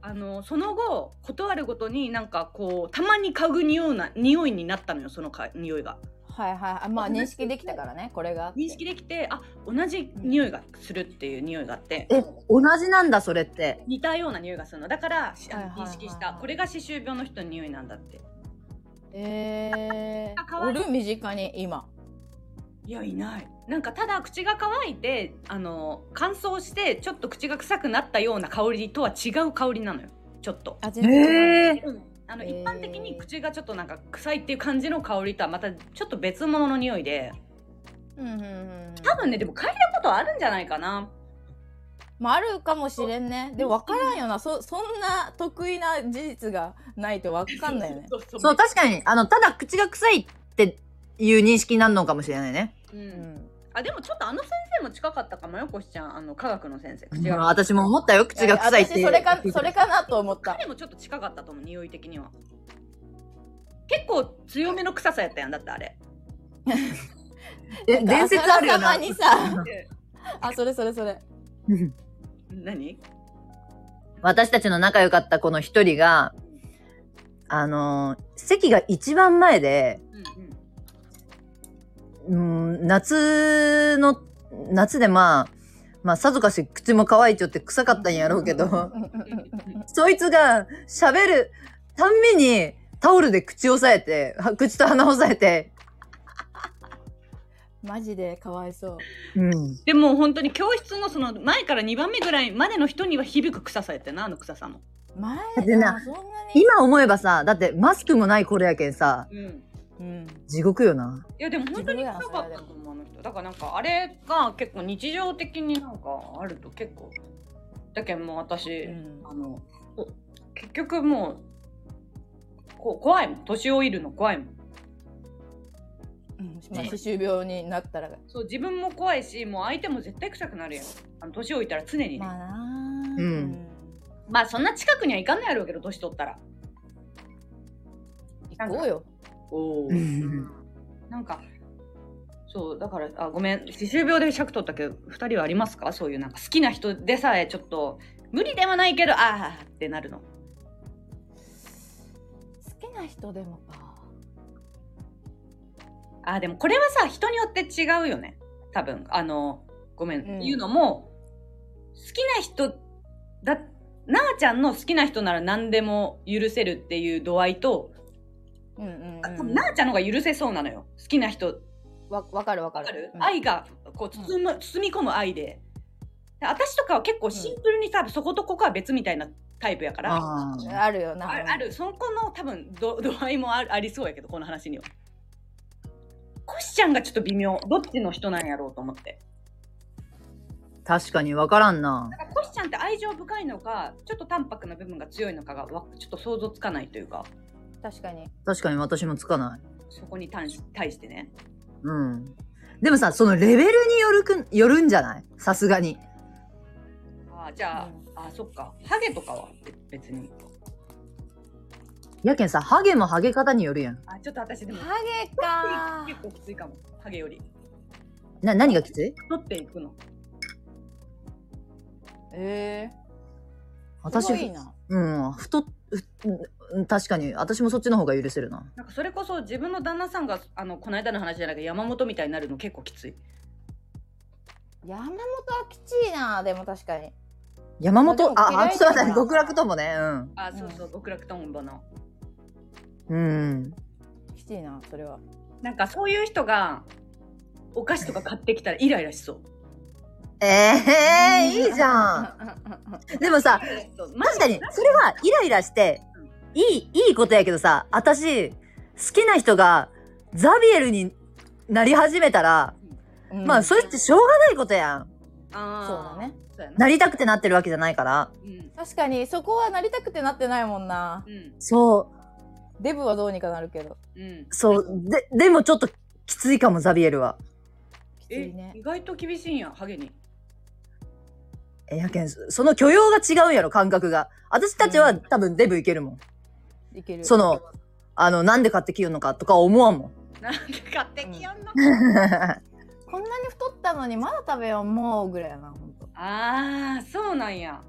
Speaker 1: あのその後断るごとになんかこうたまに嗅ぐ匂いな匂いになったのよそのか匂いが
Speaker 2: はいはいあまあ認識できたからねこれが
Speaker 1: 認識できてあ同じ匂いがするっていう匂いがあって
Speaker 3: え、同じなんだ、それって。
Speaker 1: 似たような匂いがするのだからしあの
Speaker 2: はいはいはい
Speaker 1: 認
Speaker 2: はい
Speaker 1: 識したこれが歯周病の人の匂いなんだって
Speaker 2: え
Speaker 1: あ
Speaker 2: ー、
Speaker 1: 可愛
Speaker 2: お
Speaker 1: い
Speaker 2: る身近に今
Speaker 1: いやいないなんかただ口が乾いてあの乾燥してちょっと口が臭くなったような香りとは違う香りなのよちょっと、
Speaker 2: あ全
Speaker 3: えー
Speaker 1: あの
Speaker 2: へ
Speaker 1: 一
Speaker 2: ー
Speaker 1: 般的に口がちょっとなんか臭いっていう感じの香りとはまたちょっと別物の匂いで
Speaker 2: うんうんうん
Speaker 1: 多分ねでも嗅いだことあるんじゃないかな
Speaker 2: まあ、あるかもしれんねでも分からんよなそそんな得意な事実がないと分かんないよね
Speaker 1: そうそう
Speaker 3: そう、確かに、あの、ただ口が臭いっていう認識になるのかもしれないね。
Speaker 1: う、
Speaker 2: うんん
Speaker 1: あでもちょっとあの先生も近かったかもよこしちゃんあの科学の先生
Speaker 3: う
Speaker 1: 口
Speaker 3: ん、
Speaker 1: が、
Speaker 3: 私も思ったよ、口が臭いって。
Speaker 2: 私それかそれかなと思った
Speaker 1: 彼もちょっと近かったと思う匂い的には結構強めの臭さやったやんだってあれ
Speaker 3: え、伝説あるよ
Speaker 2: あ
Speaker 3: な
Speaker 2: からさま。にさ
Speaker 1: で
Speaker 2: あそれそれそれ
Speaker 3: うん
Speaker 1: 何
Speaker 3: <laughs> 私たちの仲良かった子の一人が、あのー席が一番前で、
Speaker 1: うんうん
Speaker 3: うん、夏の、夏でまあ、まあさぞかし口も乾いちゃって臭かったんやろうけど、
Speaker 2: うんうんうんうん
Speaker 3: そいつが喋るたんびにタオルで口を押さえて、は口と鼻を押さえて、
Speaker 2: マジでかわいそう
Speaker 3: うん。
Speaker 1: でも本当に教室のその前から2番目ぐらいまでの人には響く臭さやったよなあの臭さも、
Speaker 2: 前
Speaker 3: でな
Speaker 2: あそんなに
Speaker 3: 今思えばさ、だってマスクもない頃やけんさ、
Speaker 1: うん、い
Speaker 2: うん
Speaker 3: 地獄よな。
Speaker 1: やでも本当に臭かったと思うあの人だからなんかあれが結構日常的になんかあると結構だけどもう私、
Speaker 2: うん
Speaker 1: あのお結局もうこ怖いもん年老いるの怖いもん
Speaker 2: うんまあ歯周病になったら
Speaker 1: そう自分も怖いしもう相手も絶対臭くなるやんあの年老いたら常にね、
Speaker 2: ま
Speaker 1: ま
Speaker 2: あ
Speaker 1: あ、
Speaker 2: な
Speaker 3: うん
Speaker 1: そんな近くには行かんないやろうけど年取ったら
Speaker 2: 行こうよ
Speaker 1: お
Speaker 3: うんうん
Speaker 1: なんかそうだからあごめん歯周病で尺取ったけど2人はありますかそういうなんか好きな人でさえちょっと無理ではないけどああってなるの
Speaker 2: 好きな人でもか
Speaker 1: あーでもこれはさ人によって違うよね多分あのごめん、
Speaker 2: うん
Speaker 1: 言うのも好きな人だなあちゃんの好きな人なら何でも許せるっていう度合いと、
Speaker 2: うんうん
Speaker 1: あ多
Speaker 2: うん
Speaker 1: 分なあちゃんの方が許せそうなのよ好きな人
Speaker 2: わわかるわか
Speaker 1: わかる
Speaker 2: る、うん
Speaker 1: 愛がこう包む、包み込む愛でで私とかは結構シンプルに多分そことここは別みたいなタイプやから、あ
Speaker 3: あー
Speaker 2: あるよな
Speaker 1: あるそこの多分度 <laughs> 度合いもあるありそうやけどこの話にはコシちゃんがちょっと微妙どっちの人なんやろうと思って
Speaker 3: 確かにわからんな。
Speaker 1: だからコシちゃんって愛情深いのかちょっと淡白な部分が強いのかがわちょっと想像つかないというか
Speaker 2: 確かに
Speaker 3: 確かに私もつかない。
Speaker 1: そこに対し対してね
Speaker 3: うん。でもさ、そのレベルによるくん、よるんじゃないさすがに。
Speaker 1: あじゃあ、あそっかハゲとかはべ別に
Speaker 3: やけんさ、ハゲもハゲ方によるやん。
Speaker 1: あちょっと私でも
Speaker 2: ハゲか
Speaker 1: 結構きついかもハゲより
Speaker 3: な、何がきつい
Speaker 1: 太っていくの
Speaker 2: えー、
Speaker 3: 私
Speaker 2: すごいな
Speaker 3: うん、太っ、うんうん確かに、私もそっちの方が許せるな。
Speaker 1: なんかそれこそ自分の旦那さんがあのこの間の話じゃないけど山本みたいになるの結構きつい
Speaker 2: 山本はきちいなでも確かに
Speaker 3: 山
Speaker 2: でも
Speaker 3: 本、あ、あ、
Speaker 2: 嫌い
Speaker 3: ちょっと待って、
Speaker 2: だから
Speaker 3: 極楽ともね、
Speaker 1: あそうそう、極楽とんぼの
Speaker 3: うん。うん。
Speaker 2: きちいなそれは
Speaker 1: なんかそういう人がお菓子とか買ってきたらイライラしそう
Speaker 3: ええー、いいじゃん。でもさ、
Speaker 1: マ
Speaker 3: 確かに、それはイライラして、いい、いいことやけどさ、私、好きな人がザビエルになり始めたら、
Speaker 2: <laughs> うん、
Speaker 3: まあ、それってしょうがないことやん。
Speaker 1: あー
Speaker 2: そうだね
Speaker 1: そうやな
Speaker 3: なりたくてなってるわけじゃないから。
Speaker 1: うん
Speaker 2: 確かにそこはなりたくてなってないもんな
Speaker 1: うん
Speaker 3: そ
Speaker 2: デブはどうにかなるけど
Speaker 1: うん
Speaker 3: う、そう、で、でもちょっときついかも、ザビエルは。
Speaker 2: きつ
Speaker 1: え
Speaker 2: いね
Speaker 1: 意外と厳しいんやハゲに
Speaker 3: え、やけん、その許容が違うんやろ、感覚が。私たちは、
Speaker 2: うん
Speaker 3: 多分デブいけるもん。
Speaker 2: いける
Speaker 3: その、あの、なんで買ってきよんのかとか思わんもん。 <laughs>
Speaker 1: なんで買ってきやんの、
Speaker 2: こんなに太ったのにまだ食べようもうぐらい
Speaker 3: <laughs>
Speaker 2: やな本当。
Speaker 1: <laughs> ああそうなんや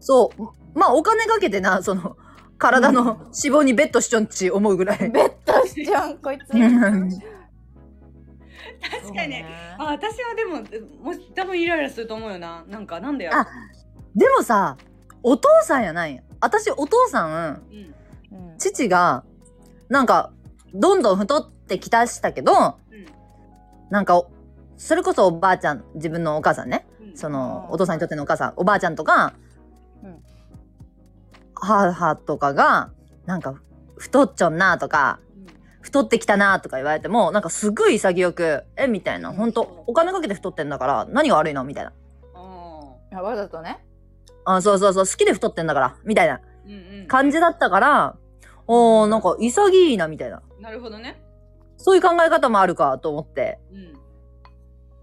Speaker 3: そう。まあ、お金かけてな、その、体の脂肪にベッドしちょんち思うぐらい。
Speaker 2: ベッドしちゃんこ
Speaker 3: <laughs>
Speaker 2: いつ
Speaker 3: うん
Speaker 1: 確かに、
Speaker 2: そうね
Speaker 1: あ私はでももう多分イライラすると思うよななんかなんだよ
Speaker 3: あでもさ、お父さんやないん私、お父さん、
Speaker 1: うん
Speaker 2: うん
Speaker 3: 父が、なんか、どんどん太ってきたしたけど、
Speaker 1: うん
Speaker 3: なんか、それこそおばあちゃん、自分のお母さんね。
Speaker 1: うん
Speaker 3: そ
Speaker 2: あ
Speaker 3: の
Speaker 2: ー
Speaker 3: お父さんにとってのお母さんおばあちゃんとか、
Speaker 2: うん
Speaker 3: 母とかがなんか太っちょんなとか
Speaker 1: うん
Speaker 3: 太ってきたなとか言われてもなんかすごい潔く「えみたいな
Speaker 2: うん
Speaker 3: 本当お金かけて太ってんだから何が悪いの?」みたいな
Speaker 1: あ
Speaker 2: あわざとね
Speaker 3: 「あそうそうそう好きで太ってんだから」みたいな
Speaker 1: ーうんうん
Speaker 3: 感じだったから「おーなんか潔いな」みたいな
Speaker 1: なるほどね
Speaker 3: そういう考え方もあるかと思って
Speaker 1: うん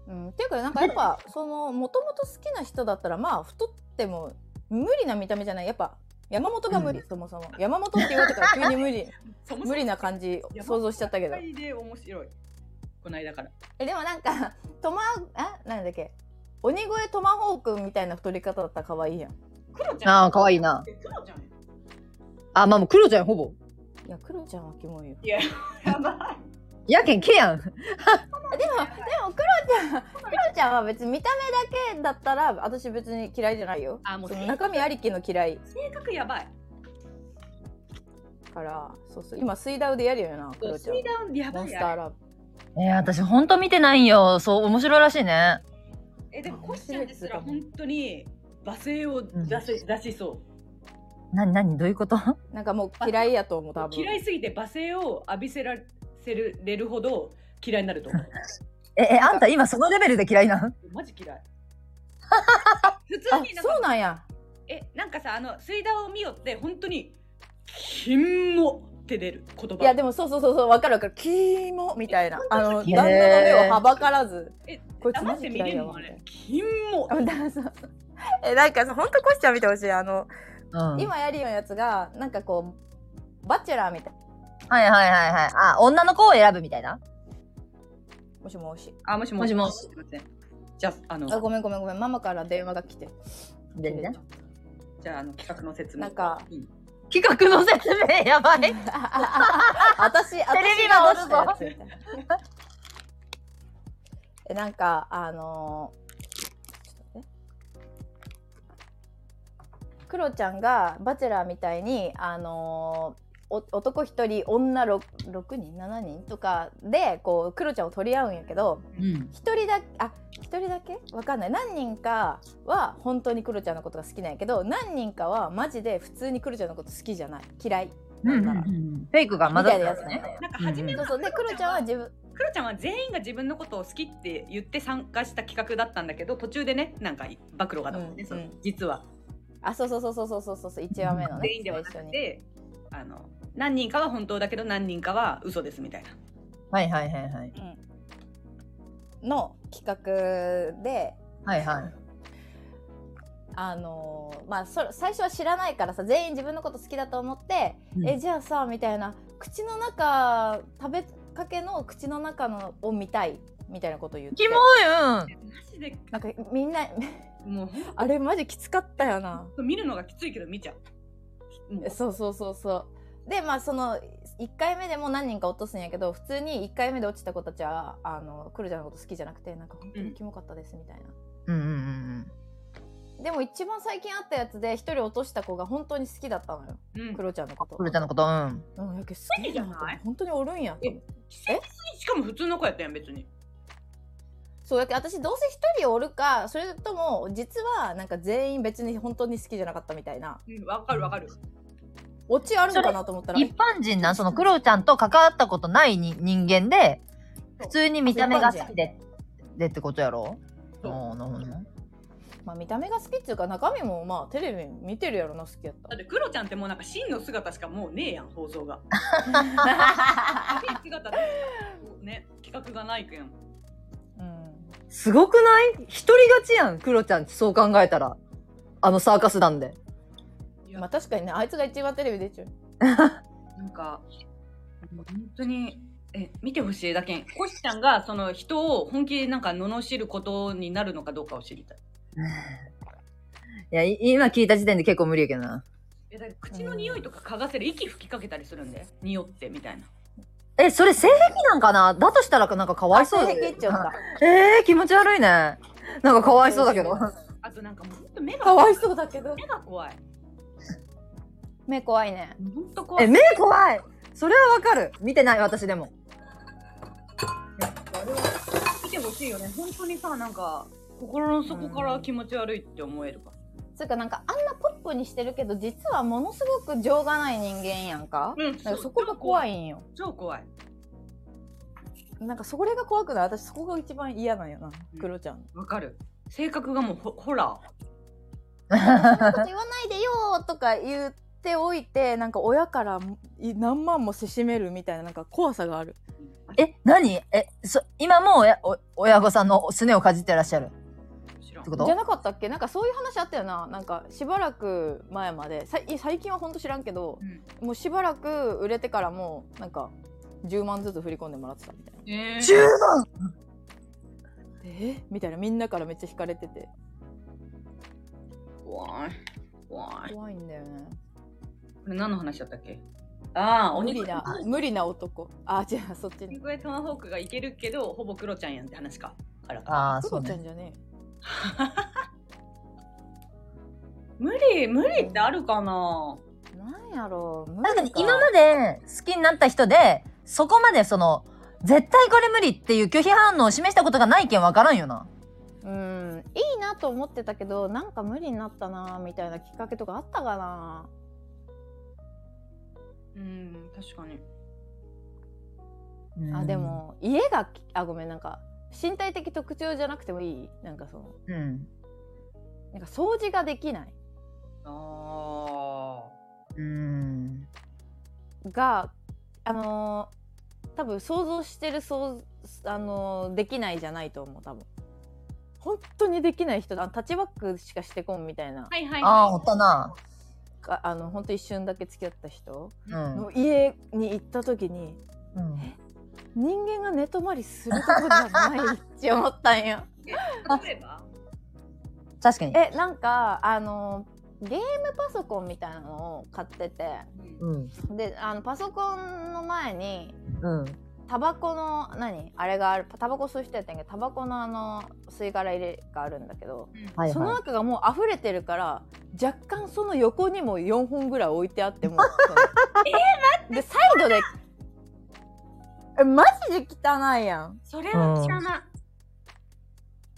Speaker 2: うん、っていうかなんかやっぱそのもともと好きな人だったらまあ太っても無理な見た目じゃないやっぱ山本が無理、そもそも山本って言われたから急に無理
Speaker 1: そ <laughs> もそも
Speaker 2: 無理な感じ想像しちゃったけど
Speaker 1: 山本会で面白いこの間から
Speaker 2: えでもなんかトマあなんだっけ鬼越トマホークみたいな太り方だったら可愛いやん
Speaker 1: クロちゃん
Speaker 3: ああ可愛いな
Speaker 1: えクロちゃん
Speaker 3: あまあもう黒ちゃんほぼ
Speaker 2: いやクロちゃんはキモいよ
Speaker 1: いややば
Speaker 3: やけんけやん
Speaker 2: あでもでもクロちゃんクロちゃんは別に見た目だけだったら私別に嫌いじゃないよ
Speaker 1: あもう
Speaker 2: その中身ありきの嫌い
Speaker 1: い性格やばい
Speaker 2: からそうそう今水ダウでやるよなクロ
Speaker 1: ス
Speaker 2: ちゃ
Speaker 1: リ
Speaker 2: ん
Speaker 1: ーダウンやば
Speaker 2: モ
Speaker 1: い
Speaker 2: ンス
Speaker 1: や
Speaker 2: ターラブ
Speaker 3: えー、私ほんと見てないんよそう面白いらしいね
Speaker 1: えでもコシちゃんですら本当に罵声を出せ、出しそ
Speaker 3: なになにどういうこと
Speaker 2: なんかもう嫌いやと思う多
Speaker 1: う
Speaker 2: 分
Speaker 1: 嫌いすぎて罵声を浴びせらせるれるほど嫌いになると思
Speaker 2: <laughs>
Speaker 1: う
Speaker 3: え、え、あんた今そのレベルで嫌いなの
Speaker 1: マジ
Speaker 2: <laughs>
Speaker 1: 嫌い普
Speaker 2: あ
Speaker 1: 通になん
Speaker 2: そう
Speaker 1: か
Speaker 2: なんや
Speaker 1: えなんかさあの水ダウを見よって本当に「キモ」って出る言葉
Speaker 2: いやでもそうそうそうそうわかるわかるキモみたいなあの
Speaker 1: へ
Speaker 2: 旦
Speaker 1: ー
Speaker 2: 那の目をはばからず
Speaker 1: <laughs> え
Speaker 2: こいつ
Speaker 1: 黙
Speaker 2: マ
Speaker 1: っ
Speaker 2: ジ
Speaker 1: て見
Speaker 2: 嫌
Speaker 1: れ
Speaker 2: い
Speaker 1: る
Speaker 2: や
Speaker 1: の
Speaker 2: わ
Speaker 1: あ
Speaker 2: みたい
Speaker 1: れ「
Speaker 2: な
Speaker 1: キモ」
Speaker 2: あだからそうえなんかさほんとコシちゃん見てほしいあの、
Speaker 3: うん。はい
Speaker 2: 今やりよんやつがなんかこうバチェラーみたい
Speaker 3: はいはいはい。あ、女の子を選ぶみたいな。
Speaker 2: もしもし
Speaker 1: あもし
Speaker 3: もしもし
Speaker 1: すいませんじゃああの
Speaker 2: あごめんごめんごめんママから電話が来て
Speaker 3: 全然。
Speaker 1: じゃああの企画の説明
Speaker 2: なんか
Speaker 1: うん
Speaker 3: 企画の説明やばい。
Speaker 2: ああああ私私
Speaker 3: ビがおるぞ
Speaker 2: が出したやつみたいなえなんかあのーちょっと待ってクロちゃんがバチェラーみたいにあのーお男一人女 6, 6人7人とかでこうクロちゃんを取り合うんやけど
Speaker 3: うん。
Speaker 2: 一人だけあ一人だけわかんない何人かは本当にクロちゃんのことが好きなんやけど何人かはマジで普通にクロちゃんのこと好きじゃない嫌いなんだろう
Speaker 3: フェイクが混
Speaker 2: み
Speaker 3: ざっ
Speaker 2: たい
Speaker 3: てる
Speaker 2: なや
Speaker 3: や
Speaker 2: つ
Speaker 3: つ
Speaker 2: ね
Speaker 3: ね。。
Speaker 1: なんか初め
Speaker 2: そうそうでクロちゃんは自分
Speaker 1: クロちゃんは全員が自分のことを好きって言って参加した企画だったんだけど途中でねなんか暴露があったもんね、
Speaker 2: うん
Speaker 1: その
Speaker 2: うん
Speaker 1: 実は
Speaker 2: あそうそうそうそうそうそうそうそう一話目のね
Speaker 1: 全員ではな
Speaker 2: 最初
Speaker 1: く
Speaker 2: に
Speaker 1: てあの何人かは本当だけど何人かは嘘ですみたいな
Speaker 3: はいはいはいはい。
Speaker 2: の企画で
Speaker 3: はいはい。
Speaker 2: あのーまあそ最初は知らないからさ全員自分のこと好きだと思って、
Speaker 3: うん
Speaker 2: えじゃあさみたいな口の中食べかけの口の中のを見たいみたいなこと言って
Speaker 3: キモいうん。
Speaker 1: マジで
Speaker 2: なんかみんな <laughs>
Speaker 1: もうほん
Speaker 2: あれマジきつかったよな
Speaker 1: と見るのがきついけど見ちゃうもう
Speaker 2: そうそうそうそうでまあその1回目でも何人か落とすんやけど普通に1回目で落ちた子たちはあのクルちゃんのこと好きじゃなくてなんか本当にキモかったですみたいな、
Speaker 3: うんうんうん
Speaker 2: でも一番最近会ったやつで一人落とした子が本当に好きだったのよ
Speaker 1: うん
Speaker 2: クロちゃんのこと
Speaker 3: うん。ルちゃんのこと、うん。
Speaker 2: うんやけ好
Speaker 1: 奇跡
Speaker 2: き
Speaker 1: じ
Speaker 2: じ
Speaker 1: ゃ
Speaker 2: ゃ
Speaker 1: ない
Speaker 2: ない本当におるんやと思って
Speaker 1: しかも普通の子やったやん別に
Speaker 2: そうやけ私どうせ一人おるかそれとも実はなんか全員別に本当に好きじゃなかったみたいな
Speaker 1: うんわかるわかる
Speaker 2: オチあるのかなと思ったら
Speaker 3: 一般人なんそのクロちゃんと関わったことないに人間で普通に見た目が好きででってことやろ
Speaker 1: そう
Speaker 3: ああなるほどね
Speaker 2: まあ、見た目が好きっていうか中身もまあテレビ見てるやろな好きやった
Speaker 1: だってクロちゃんってもうなんか真の姿しかもうねえやん放送が
Speaker 2: <laughs>
Speaker 1: 真の姿でね企画がないけん
Speaker 2: うん
Speaker 3: すごくない一人勝ちやんクロちゃんってそう考えたらあのサーカス団 <laughs> で
Speaker 1: いや
Speaker 2: まあ確かにねあいつが一番テレビ出ちゃう
Speaker 1: なんかもう本当にえ見てほしいだけんコシちゃんがその人を本気でなんか罵ることになるのかどうかを知りたい
Speaker 3: いやい今聞いた時点で結構無理やけどな
Speaker 1: えだから口の匂いとか嗅がせる息吹きかけたりするんで匂ってみたいな
Speaker 3: えそれ性癖なんかなだとしたらなんかかわいそう
Speaker 2: あ性癖っちゃった <laughs>
Speaker 3: えー、気持ち悪いねなんかかわいそうだけど
Speaker 1: あとなんかもうほんと目が
Speaker 2: かわいそうだけど
Speaker 1: 目が怖い
Speaker 2: 目怖いね
Speaker 1: ほんと怖い
Speaker 3: え目怖いそれはわかる見てない私でも
Speaker 1: 見てほしいよね本当にさなんか心の底から気持ち悪いって思えるか
Speaker 2: つうかなんかあんなポップにしてるけど実はものすごく情がない人間やんか,、
Speaker 1: うん
Speaker 2: なんかそこが怖いんよ
Speaker 1: 超怖い
Speaker 2: なんかそれが怖くない私そこが一番嫌なんよな
Speaker 1: うん
Speaker 2: クロちゃんの
Speaker 1: わかる性格がもうホホラ
Speaker 2: そんなこと言わないでよーとか言っておいてなんか親からい何万もせしめるみたいななんか怖さがある
Speaker 1: ー
Speaker 3: え、何え、そ、今もうやお親御さんのすねをかじってらっしゃるっ
Speaker 1: 知らん
Speaker 3: てこと
Speaker 2: じゃなかったっけなんかそういう話あったよななんかしばらく前までさい最近はほんと知らんけど
Speaker 1: うん
Speaker 2: もうしばらく売れてからもなんか10万ずつ振り込んでもらってたみたいな
Speaker 1: え
Speaker 3: 十
Speaker 1: ー、
Speaker 3: 分
Speaker 2: えみたいなみんなからめっちゃ引かれてて
Speaker 1: 怖い怖い
Speaker 2: 怖いんだよね
Speaker 1: これ何の話だったっけああお
Speaker 2: 無
Speaker 1: に
Speaker 2: 理
Speaker 1: ぎり
Speaker 2: な無理な男あ違うそっち
Speaker 1: 鬼越トマホークがいけるけどほぼクロちゃんやんって話かからか
Speaker 3: ああ、
Speaker 2: ク
Speaker 3: そう
Speaker 2: ロちゃ
Speaker 3: ね。
Speaker 2: んじゃね
Speaker 1: 無理無理ってあるかな
Speaker 2: えなんやろう無
Speaker 3: 確か
Speaker 2: 理
Speaker 3: に今まで好きになった人で、そこまでその、絶対これ無理っていう拒否反応を示したことがないけんわからんよな。
Speaker 2: うんいいなと思ってたけどなんか無理になったなみたいなきっかけとかあったかな
Speaker 1: うん確かに
Speaker 2: あで。も家がきあごめんなんか身体的特徴じゃなくてもいいなんかその
Speaker 3: うん。
Speaker 2: なんか掃除ができない
Speaker 1: あ
Speaker 3: うん。
Speaker 2: があのー多分想像してる想像あのーできないじゃないと思う多分本当にできない人あタッチバックしかしてこんみたいな、
Speaker 1: あはいはいはい
Speaker 3: ああ、おったな。
Speaker 2: かあの本当一瞬だけ付き合った人
Speaker 3: うん。
Speaker 2: の家に行った時に
Speaker 3: うん
Speaker 2: 人間が寝泊まりするとこじゃないって思ったんよ。
Speaker 1: 例えば
Speaker 3: 確かに。
Speaker 2: えなんかあのゲームパソコンみたいなのを買ってて
Speaker 3: うん。
Speaker 2: であのパソコンの前に
Speaker 3: うん。
Speaker 2: タバコの何あれがあるタバコ吸う人やったんやけどタバコのあの吸い殻入れがあるんだけど、
Speaker 3: はい
Speaker 2: その
Speaker 3: は
Speaker 2: 中がもう溢れてるから若干その横にも4本ぐらい置いてあって <laughs> もうえ待ってでサイドでえマジで汚いやん
Speaker 1: それは知らない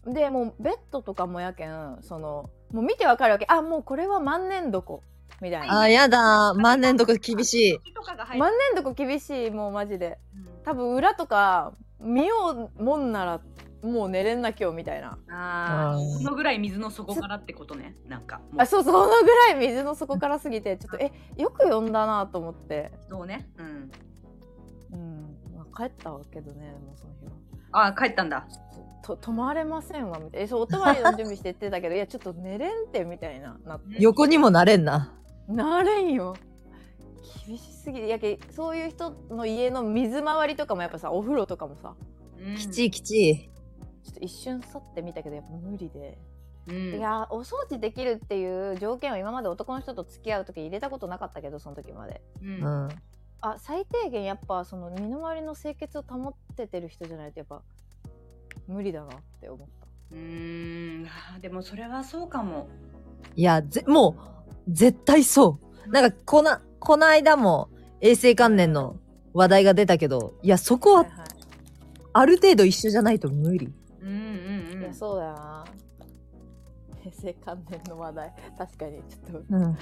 Speaker 2: でもうベッドとかもやけんそのもう見てわかるわけあもうこれは万年床みたい
Speaker 3: い。
Speaker 2: な、
Speaker 3: あ、やだ。万年とか厳し
Speaker 1: とかが入る
Speaker 2: 万年床厳しいもうマジで
Speaker 1: うん
Speaker 2: 多分裏とか見ようもんならもう寝れんな今日みたいな
Speaker 1: ああ
Speaker 3: うん
Speaker 1: そのぐらい水の底からってことねなんかも
Speaker 2: あ
Speaker 1: う
Speaker 2: そうそのぐらい水の底から過ぎてちょっとえよく呼んだなと思って、
Speaker 1: そうねうん
Speaker 2: うんまあ、帰ったけどねもうその日は
Speaker 1: あ帰ったんだ
Speaker 2: と泊まれませんわみたいなえそうお泊まりの準備して言って
Speaker 1: <laughs>
Speaker 2: たけどいやちょっと寝れんってみたいななって
Speaker 3: 横にもなれんな。
Speaker 2: なれんよ厳しすぎるやけそういう人の家の水回りとかもやっぱさお風呂とかもさ
Speaker 1: うん
Speaker 3: きちいきちい。
Speaker 2: ちょっと一瞬去ってみたけどやっぱ無理で、
Speaker 1: うん
Speaker 2: いやお掃除できるっていう条件を今まで男の人と付き合う時入れたことなかったけどその時まで
Speaker 1: うん
Speaker 3: うん。
Speaker 2: あ最低限やっぱその身の回りの清潔を保っててる人じゃないとやっぱ無理だなって思った
Speaker 1: うーんあーでもそれはそうかも
Speaker 3: いや、ぜ、もう、絶対そう。なんか、こな、この間も、衛生関連の話題が出たけど、いや、そこ
Speaker 2: はい
Speaker 3: は
Speaker 2: はい
Speaker 3: ある程度一緒じゃないと無理。
Speaker 1: うんうん
Speaker 2: い
Speaker 1: うん
Speaker 2: やそうだよな平成関連の話題確かにちょっと
Speaker 3: うん。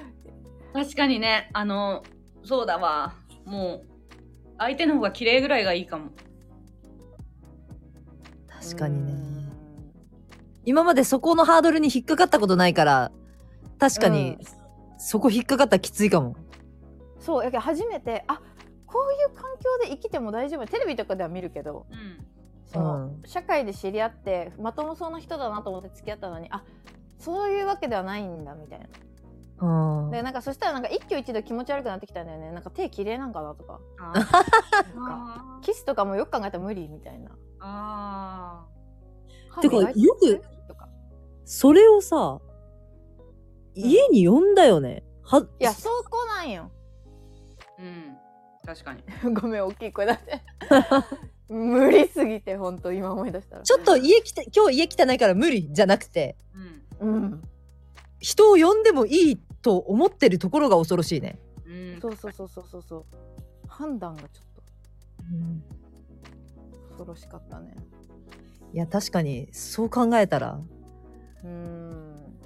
Speaker 1: 確かにねあのそうだわもう相手の方が綺麗ぐらいがいいかも
Speaker 3: 確かに
Speaker 2: う
Speaker 3: ね。
Speaker 2: ん
Speaker 3: 今までそこのハードルに引っかかったことないから、確かに
Speaker 2: うん、
Speaker 3: そこ引っかかったらきついかも。
Speaker 2: そうやけど初めてあこういう環境で生きても大丈夫テレビとかでは見るけど
Speaker 1: うん
Speaker 2: その、
Speaker 3: うん
Speaker 2: 社会で知り合ってまともそうな人だなと思って付き合ったのにあそういうわけではないんだみたいな
Speaker 3: うん。
Speaker 2: でなんかそしたらなんか一挙一動気持ち悪くなってきたんだよねなんか手綺麗なんかなとか
Speaker 1: あ
Speaker 2: なんか
Speaker 1: ー
Speaker 2: キスとかもよく考えたら無理みたいな
Speaker 1: あ
Speaker 3: てか
Speaker 2: 歯磨い
Speaker 3: よく
Speaker 2: とか
Speaker 3: それをさ、家に呼んだよね。は、
Speaker 2: いやそこなんよ <laughs>
Speaker 1: ーうん確かに
Speaker 2: ごめん大きい声出して
Speaker 3: <laughs>
Speaker 2: 無理すぎて本当今思い出したら
Speaker 3: ちょっと家来て、今日家汚いから無理じゃなくて、
Speaker 1: うん
Speaker 2: うん
Speaker 3: 人を呼んでもいいと思ってるところが恐ろしいね。
Speaker 1: うん
Speaker 2: そうそうそうそうそうそう判断がちょっと恐ろしかったね
Speaker 3: いや、確かに、そう考えたら、
Speaker 2: うーん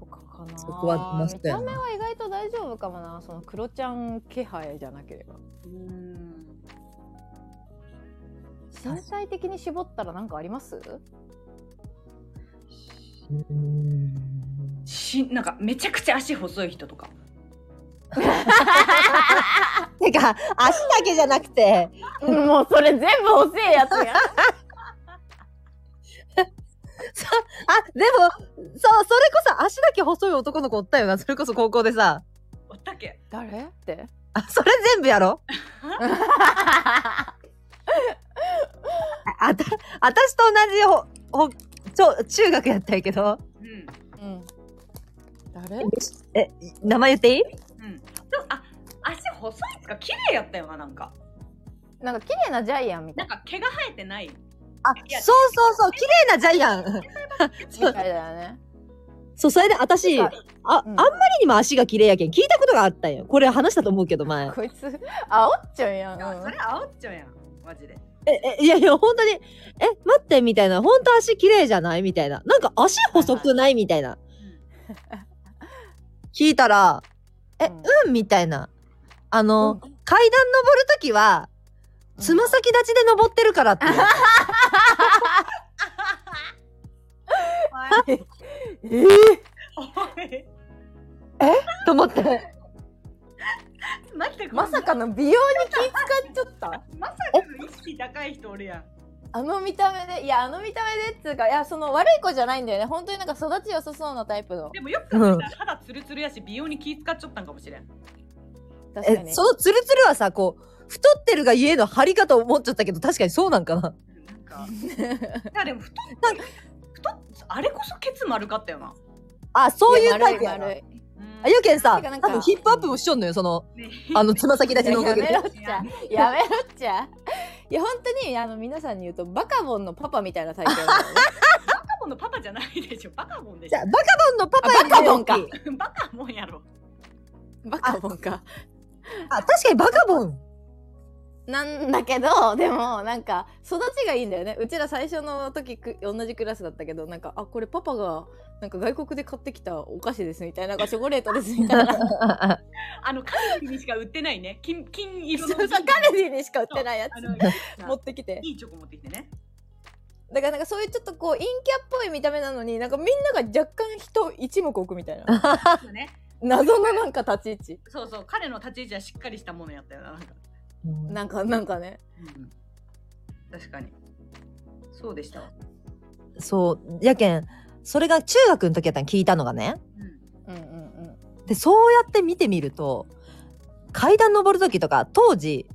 Speaker 2: とかかな
Speaker 3: そこはマストやな
Speaker 2: 見た目は意外と大丈夫かもなその黒ちゃん気配じゃなければ
Speaker 1: うん
Speaker 2: 身体的に絞ったら何かあります <laughs>
Speaker 1: しなんかめちゃくちゃ足細い人とか
Speaker 3: てか、足だけじゃなくて、
Speaker 2: もうそれ全部欲しいやつ
Speaker 3: <laughs>
Speaker 2: や
Speaker 3: あ、でも、そう、それこそ足だけ細い男の子おったよな。それこそ高校でさ。
Speaker 1: おったっけ
Speaker 2: 誰って
Speaker 3: あ、それ全部やろああた、あたしと同じほ、ほ、ちょ、中学やったんやけど。
Speaker 1: うん
Speaker 2: うん誰
Speaker 3: え、名前言っていい
Speaker 1: うんでもあ足細いっすか綺麗やったよななんか
Speaker 2: なんか綺麗なジャイアンみた
Speaker 1: ないんか毛が生えてない
Speaker 3: あ、そうそうそう、綺麗なジャイアン。
Speaker 2: みたいだよね
Speaker 3: そう、それで私、あ、あ
Speaker 2: うんん
Speaker 3: まりにも足が綺麗やけん、聞いたことがあったんよ。これ話したと思うけど、前。
Speaker 2: こいつあおっちゃうやん、
Speaker 1: あ
Speaker 2: うん
Speaker 1: それ煽っちゃうやんマジで
Speaker 3: え、え、いやいや、本当に、え、待って、みたいな。本当足綺麗じゃないみたいな。なんか足細くないみたいな。聞いたら、え、
Speaker 2: うん
Speaker 3: うん、みたいな。あの、
Speaker 2: うん
Speaker 3: 階段登るときは、つま先立ちで登ってるからって。
Speaker 1: おい
Speaker 2: え
Speaker 1: <laughs> <laughs> おい
Speaker 3: と思って。
Speaker 1: 待って
Speaker 2: まさ
Speaker 1: か
Speaker 2: かの美容に気使っちゃった
Speaker 1: まさかの意識高い人おるやん
Speaker 2: あの見た目でいやあの見た目でっつうかいやその悪い子じゃないんだよね本当になんか育ち良さそうなタイプの
Speaker 1: でもよく考えたら肌ツルツルやし美容に気使っちゃったんかもしれん
Speaker 2: 確か
Speaker 3: え、
Speaker 2: に
Speaker 3: そのツルツルはさ、こう、太ってるがゆえの張りかと思っちゃったけど、確かにそうなんかな。
Speaker 1: なん
Speaker 2: <laughs>
Speaker 1: かいやでも太っ太っあれこそケツ丸かったよな
Speaker 3: あ、そういうタイプや
Speaker 2: や
Speaker 3: な。
Speaker 2: 丸い
Speaker 3: あゆけんさ
Speaker 2: てかなん、か
Speaker 3: 多分ヒップアップもしよんのよ、その、
Speaker 1: ね
Speaker 3: あの、つま先立
Speaker 2: 丸い
Speaker 3: ちのおか
Speaker 2: や
Speaker 3: げ
Speaker 2: めろ
Speaker 3: で。
Speaker 2: っちゃやめろっちゃいや本当にあの皆さんに言うとバカボンのパパみたいな体型なのね
Speaker 1: バカボンの <laughs> パパじゃないでしょバカボンでし
Speaker 3: じ
Speaker 1: ょ
Speaker 3: ゃあ、バカボンのパパより
Speaker 2: あバカボンか
Speaker 3: 大きい
Speaker 1: バカもんやろ
Speaker 3: <laughs>
Speaker 2: バカボンか
Speaker 3: あ、確かにバカボン。
Speaker 2: なんだけど <laughs> でもなんか育ちがいいんだよねうちら最初の時く同じクラスだったけどなんかあこれパパがなんか外国で買ってきたお菓子ですみたいななんかチョコレートですみたいな
Speaker 1: あのカルディにしか売ってないね金金色
Speaker 2: <laughs> そ
Speaker 1: の
Speaker 2: うそうカルディにしか売ってないや
Speaker 1: あ
Speaker 2: つ
Speaker 1: の
Speaker 2: 持ってきて
Speaker 1: いいチョコ持ってきてね
Speaker 2: だからなんかそういうちょっとこう陰キャっぽい見た目なのになんかみんなが若干人一目置くみたいな
Speaker 1: そうね
Speaker 2: 謎のなんか立ち位置
Speaker 1: そうそう
Speaker 2: <laughs>
Speaker 1: 彼の立ち位置はしっかりしたものやったよななんか、
Speaker 2: なんかなんかね
Speaker 1: うん確かに。そうでしたわ。
Speaker 3: そう。やけん、それが中学の時やったん聞いたのがね。
Speaker 1: うん。
Speaker 2: うんうん
Speaker 3: で、そうやって見てみると、階段登る時とか、当時、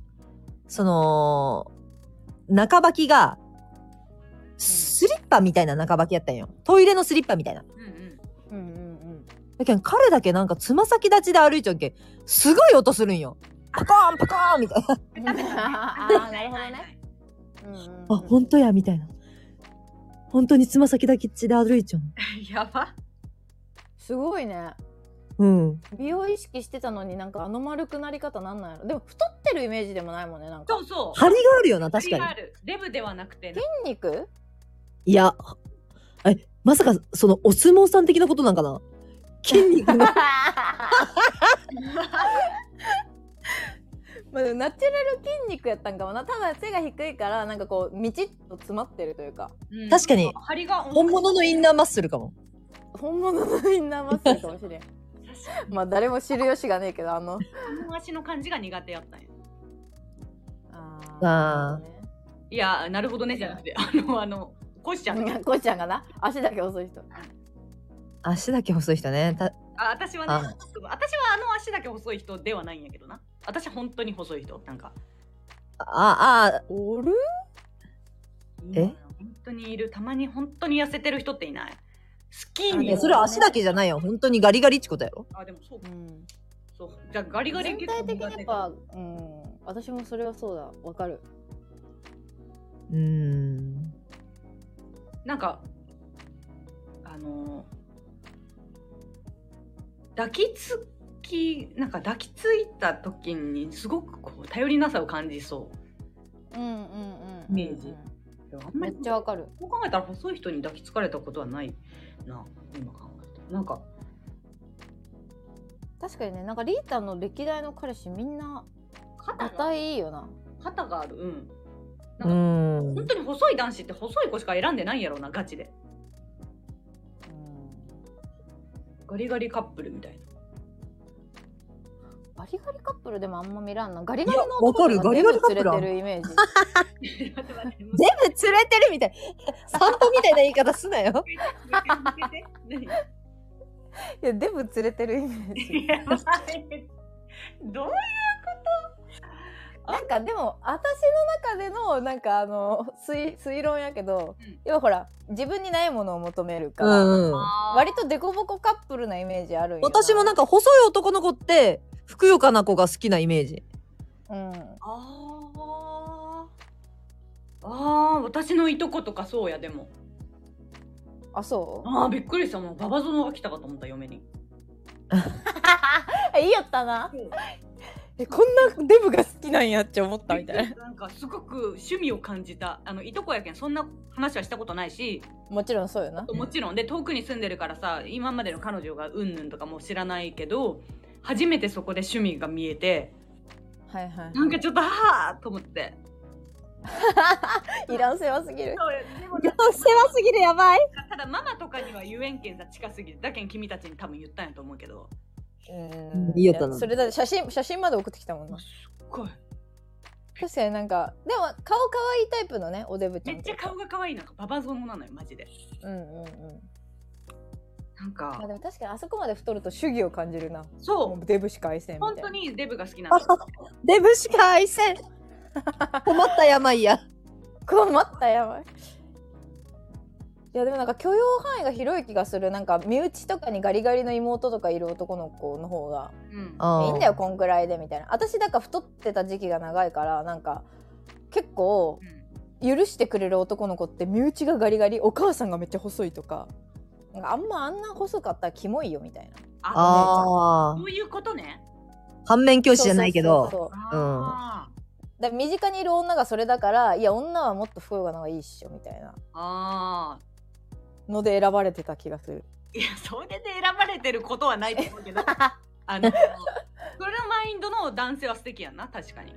Speaker 3: その、中履きが、スリッパみたいな中履きやったんよ。トイレのスリッパみたいな。
Speaker 1: うんうん。
Speaker 2: うんうんうん
Speaker 3: だけん彼だけなんかつま先立ちで歩いちゃうけん、すごい音するんよ。パコーンパコーンみたいな。
Speaker 2: うん <laughs> ああなるほどね。うんうんうん
Speaker 3: あ、本当や、みたいな。本当につま先立ちで歩いちゃ <laughs>
Speaker 1: やば。
Speaker 2: すごいね
Speaker 3: う。うん。
Speaker 2: 美容意識してたのになんかあの丸くなり方なんなんやろでも太ってるイメージでもないもんねなんか
Speaker 1: そうそう。
Speaker 3: 張りがあるよな、確か
Speaker 1: 張りがあ
Speaker 3: に。
Speaker 1: るレブではなくて、
Speaker 2: 筋肉。
Speaker 3: いや、え、まさか、その、お相撲さん的なことなんかな筋肉 <laughs> の
Speaker 2: まあでもナチュラル筋肉やったんかもなただ背が低いからなんかこうみちっと詰まってるというか
Speaker 1: うん
Speaker 3: 確かに
Speaker 1: 張りが
Speaker 3: 本物のインナーマッスルかも。
Speaker 2: 本物のインナーマッスルかもしれん <laughs>
Speaker 1: 確かに
Speaker 2: まあ誰も知る由がねえけどあの
Speaker 1: この足の感じが苦手やったんや
Speaker 3: あ
Speaker 1: いやなるほどねじゃなくてあのあのこしちゃ
Speaker 2: ー
Speaker 1: ん
Speaker 2: なるほどねこうちゃんがな足だけ遅い人
Speaker 3: 足だけ細い人ね。た
Speaker 1: あ私はね
Speaker 3: あ
Speaker 1: 私はあの足だけ細い人ではないんやけどな私は本当に細い人なんか
Speaker 3: あ、あ、
Speaker 2: おる
Speaker 3: え
Speaker 1: 今本当にいるたまに本当に痩せてる人っていないスキー
Speaker 2: あ
Speaker 3: い
Speaker 1: に
Speaker 3: や、それは足だけじゃないよ。本当にガリガリってことやろ。
Speaker 1: あでもそうか
Speaker 2: うん
Speaker 1: そうじゃあガリガリ
Speaker 2: 全
Speaker 1: 結構
Speaker 2: 体的にやっぱ
Speaker 1: 苦
Speaker 2: うん私もそれはそうだわかる
Speaker 3: うーん。
Speaker 1: 手なんかあの抱きつきなんか抱きついた時にすごくこう頼りなさを感じそう
Speaker 2: うんうんうん
Speaker 1: イメージでもあんま
Speaker 2: め
Speaker 1: り
Speaker 2: っちゃわかる
Speaker 1: こう考えたら細い人に抱きつかれたことはないな今考えたらなんか
Speaker 2: 確かにねなんかリータの歴代の彼氏みんな
Speaker 1: 肩が
Speaker 2: 硬いよな
Speaker 1: 肩があるうん
Speaker 3: うーん
Speaker 1: 本。当に細い男子って細い子しか選んでないやろうなガチで
Speaker 2: うん
Speaker 1: ガリガリカップルみ
Speaker 2: <laughs>
Speaker 1: たいな
Speaker 2: ガリガリカップルでもあんま見らんなガリガリの
Speaker 3: わかる
Speaker 2: 男と
Speaker 3: ガリガリカップル
Speaker 2: 全部
Speaker 3: は
Speaker 2: 連れてるイ
Speaker 3: <laughs>
Speaker 2: メージ
Speaker 1: 全部
Speaker 3: 全部釣れてるみたい。散歩みたいな言い方すなよ。
Speaker 2: <laughs> いや全部連れてるイメージ
Speaker 1: どう
Speaker 2: <laughs> なんかでも私の中でのなんかあの推推論やけど、
Speaker 1: うん
Speaker 2: 要はほら自分にないものを求めるか
Speaker 3: う
Speaker 2: ら、
Speaker 3: んうん。
Speaker 2: 割とデコボコカップルなイメージあるんよ
Speaker 3: 私もなんか細い男の子って、ふくよかな子が好きなイメージ。
Speaker 2: う
Speaker 1: あ
Speaker 2: ん
Speaker 1: ーあー私のいとことかそうやでも
Speaker 2: あそう <laughs>
Speaker 1: ああびっくりしたもうババゾノが来たかと思った嫁に
Speaker 2: いいやったな
Speaker 1: そう
Speaker 2: えこんなデブが好きなんやって思ったみ
Speaker 3: <laughs>
Speaker 2: たいな
Speaker 1: んかすごく趣味を感じたあのいとこやけんそんな話はしたことないし
Speaker 2: もちろんそうよな
Speaker 1: もちろんで遠くに住んでるからさ今までの彼女がうんぬんとかも知らないけど初めてそこで趣味が見えて
Speaker 2: はいはい
Speaker 1: なんかちょっとはあと思って
Speaker 2: いらん世話
Speaker 3: <laughs>
Speaker 2: すぎる
Speaker 1: でも
Speaker 3: 世話すぎるやばい。
Speaker 1: ただママとかには遊園県さ近すぎてだけん君たちに多分言ったんやと思うけど
Speaker 2: うん
Speaker 3: いいやったない
Speaker 2: やそれだって写真写真まで送ってきたもんな
Speaker 1: すっごい
Speaker 2: 確かになんかでも顔可愛いタイプのねおデブちゃ
Speaker 1: め
Speaker 2: ん
Speaker 1: っちゃ
Speaker 2: か
Speaker 1: 顔が可愛いなんかババゾノなのよマジで
Speaker 2: うんうんうん
Speaker 1: なんか
Speaker 2: まあでも確かにあそこまで太ると主義を感じるな
Speaker 1: そ
Speaker 2: も
Speaker 1: う
Speaker 2: うデブしか愛せんみたい
Speaker 1: 本
Speaker 2: な
Speaker 1: 当にデブが好きなの
Speaker 3: デブしか愛
Speaker 2: <laughs>
Speaker 3: せん。困った病や。
Speaker 2: 困ったやばいいやでもなんか許容範囲が広い気がするなんか身内とかにガリガリの妹とかいる男の子の方が
Speaker 1: うん
Speaker 2: いいんだよこんくらいでみたいな私だから太ってた時期が長いからなんか結構
Speaker 1: うん
Speaker 2: 許してくれる男の子って身内がガリガリお母さんがめっちゃ細いとかなんかあんまあんな細かったらキモいよみたいな
Speaker 1: あ
Speaker 3: あ
Speaker 1: そ
Speaker 3: あ。
Speaker 1: ういうことね
Speaker 3: 反面教師じゃないけ
Speaker 2: そうそ
Speaker 3: ど。
Speaker 2: うそうそう
Speaker 1: あー
Speaker 2: だから身近にいる女がそれだからいや女はもっと不幸がの方がいいっしょみたいな
Speaker 1: あ
Speaker 2: ので選ばれてた気がする
Speaker 1: ーいやそれで選ばれてることはないと思うけどあのそれのマインドの男性は素敵やんな確かに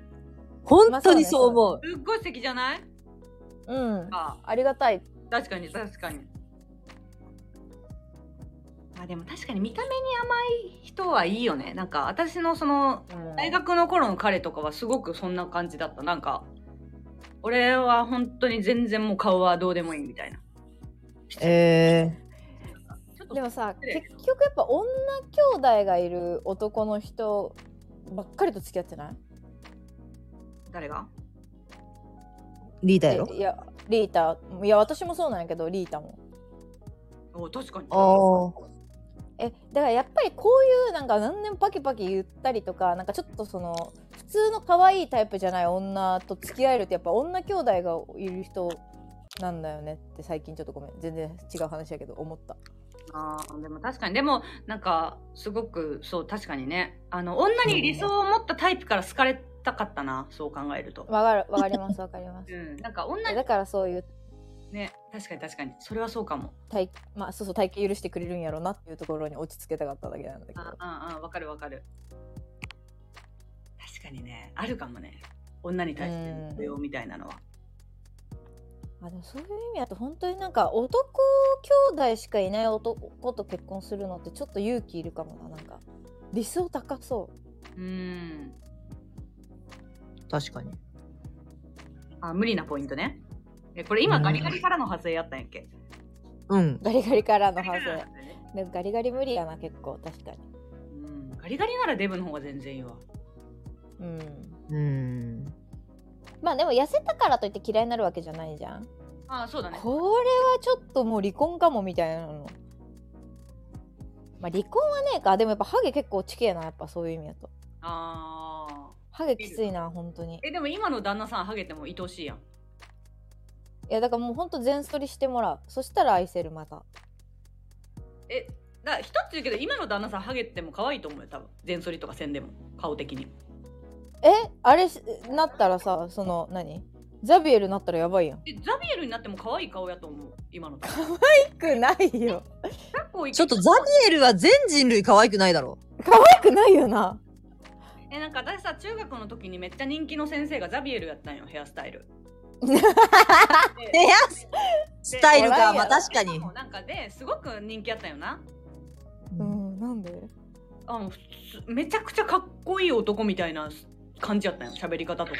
Speaker 3: 本当にそう思う。
Speaker 1: すっごい素敵じゃない
Speaker 2: うん
Speaker 1: あ
Speaker 2: ありがたい
Speaker 1: 確かに確かにまあでも確かに見た目に甘い人はいいよねなんか私のその
Speaker 2: うん
Speaker 1: 大学の頃の彼とかはすごくそんな感じだったなんか俺は本当に全然もう顔はどうでもいいみたいな。
Speaker 3: え
Speaker 1: ちょっと
Speaker 2: でもさ
Speaker 1: 失礼
Speaker 2: 結局やっぱ女兄弟がいる男の人ばっかりと付き合ってない
Speaker 1: 誰が
Speaker 3: ー、リーダーよ
Speaker 2: え。いやリータいや私もそうなんやけどリータも
Speaker 1: お確かに。
Speaker 3: あ
Speaker 2: えだからやっぱりこういうなんか何年もパキパキ言ったりとかなんかちょっとその普通の可愛いタイプじゃない女と付き合えるってやっぱ女兄弟がいる人なんだよねって最近ちょっとごめん全然違う話やけど思った
Speaker 1: あーでも確かにでもなんかすごくそう確かにねあの女に理想を持ったタイプから好かれたかったなそう考えると、
Speaker 2: わかるわかりますわかりま
Speaker 1: う
Speaker 2: す
Speaker 1: ん、なんか女に
Speaker 2: <laughs> だからそういう
Speaker 1: ね確かに確かにそれはそうかも
Speaker 2: 体まあそうそう体型許してくれるんやろうなっていうところに落ち着けたかっただけなんだけど
Speaker 1: あああわかるわかる確かにねあるかもね女に対しての需要みたいなのは
Speaker 2: あでもそういう意味だと本当になんか男兄弟しかいない男と結婚するのってちょっと勇気いるかもななんか理想高そ
Speaker 1: うん
Speaker 3: あ、確かに。
Speaker 1: あ無理なポイントねえこれ今
Speaker 3: うん
Speaker 1: ガリガリからの派生やったんやっけ、
Speaker 3: うん
Speaker 2: う。ガリガリからの派
Speaker 1: ガリガリ
Speaker 2: 生
Speaker 1: からね
Speaker 2: でもガリガリ無理やな結構確かに
Speaker 1: うん、ガリガリならデブの方が全然いいわ
Speaker 2: うん
Speaker 3: うん。
Speaker 2: まあでも痩せたからといって嫌いになるわけじゃないじゃん
Speaker 1: ああそうだね
Speaker 2: これはちょっともう離婚かもみたいなのまあ離婚はねえかでもやっぱハゲ結構ちけえなやっぱそういう意味だと
Speaker 1: ああ
Speaker 2: ハゲきついな本当に
Speaker 1: えでも今の旦那さんハゲても愛おしいやん
Speaker 2: いやだからもうほんと全ストリしてもらうそしたら愛せるまた
Speaker 1: えだ一つ言うけど今の旦那さんハゲても可愛いと思うよ多分全剃りとかせんでも顔的に
Speaker 2: えあれしなったらさその何ザビエルなったらやばいやん
Speaker 1: でザビエルになっても可愛い顔やと思う今の結
Speaker 2: くないよ
Speaker 1: 構い
Speaker 3: ちょっとザビエルは全人類可愛くないだろ。
Speaker 2: くないよな
Speaker 1: えなんか私さ中学の時にめっちゃ人気の先生がザビエルやったんよヘアスタイル
Speaker 3: ヘ
Speaker 1: で
Speaker 3: アスタイル
Speaker 2: おら
Speaker 3: か、
Speaker 2: ん
Speaker 3: ま
Speaker 2: や
Speaker 3: あ
Speaker 2: ろ
Speaker 3: 確かに。
Speaker 1: そうなんかですごく人気やったんよな
Speaker 2: うんなんで
Speaker 1: あの普通めちゃくちゃかっこいい男みたいな感じやったんよ喋り方とか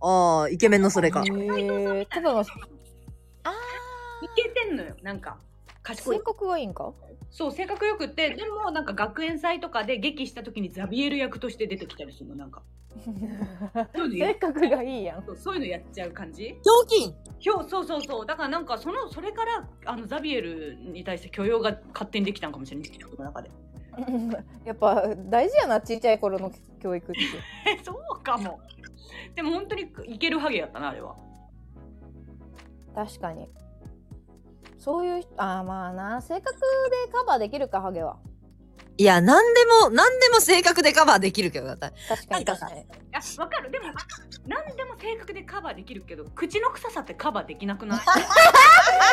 Speaker 3: ああ、イケメンのそれ
Speaker 2: え
Speaker 3: か。
Speaker 2: ー、ただの性
Speaker 1: あいけてんのよなんか賢い
Speaker 2: 格がいいんか
Speaker 1: そう性格よくってでもなんか学園祭とかで劇した時にザビエル役として出てきたりするのなんかそういうのや
Speaker 2: <laughs> 性格がいいやん
Speaker 1: そうそういうのやっちゃう感じ
Speaker 3: 胸筋
Speaker 1: ひょそうそうそうだからなんかそのそれからあのザビエルに対して許容が勝手にできたんかもしれない自分の中で
Speaker 2: <laughs> やっぱ大事やなちっちゃい頃の教育って
Speaker 1: えそうかもでも本当にいけるハゲやったなあれは
Speaker 2: 確かにそういう人あーまあな性格でカバーできるかハゲはい
Speaker 3: や、なんでも、なんでも正確でカバーできるけど、だって。
Speaker 2: 確かに
Speaker 3: なんか
Speaker 2: 確
Speaker 3: さ
Speaker 2: かに
Speaker 1: いやわかるでも何でも性格でカバーできるけど口の臭さってカバーできなく
Speaker 2: <laughs>
Speaker 1: ない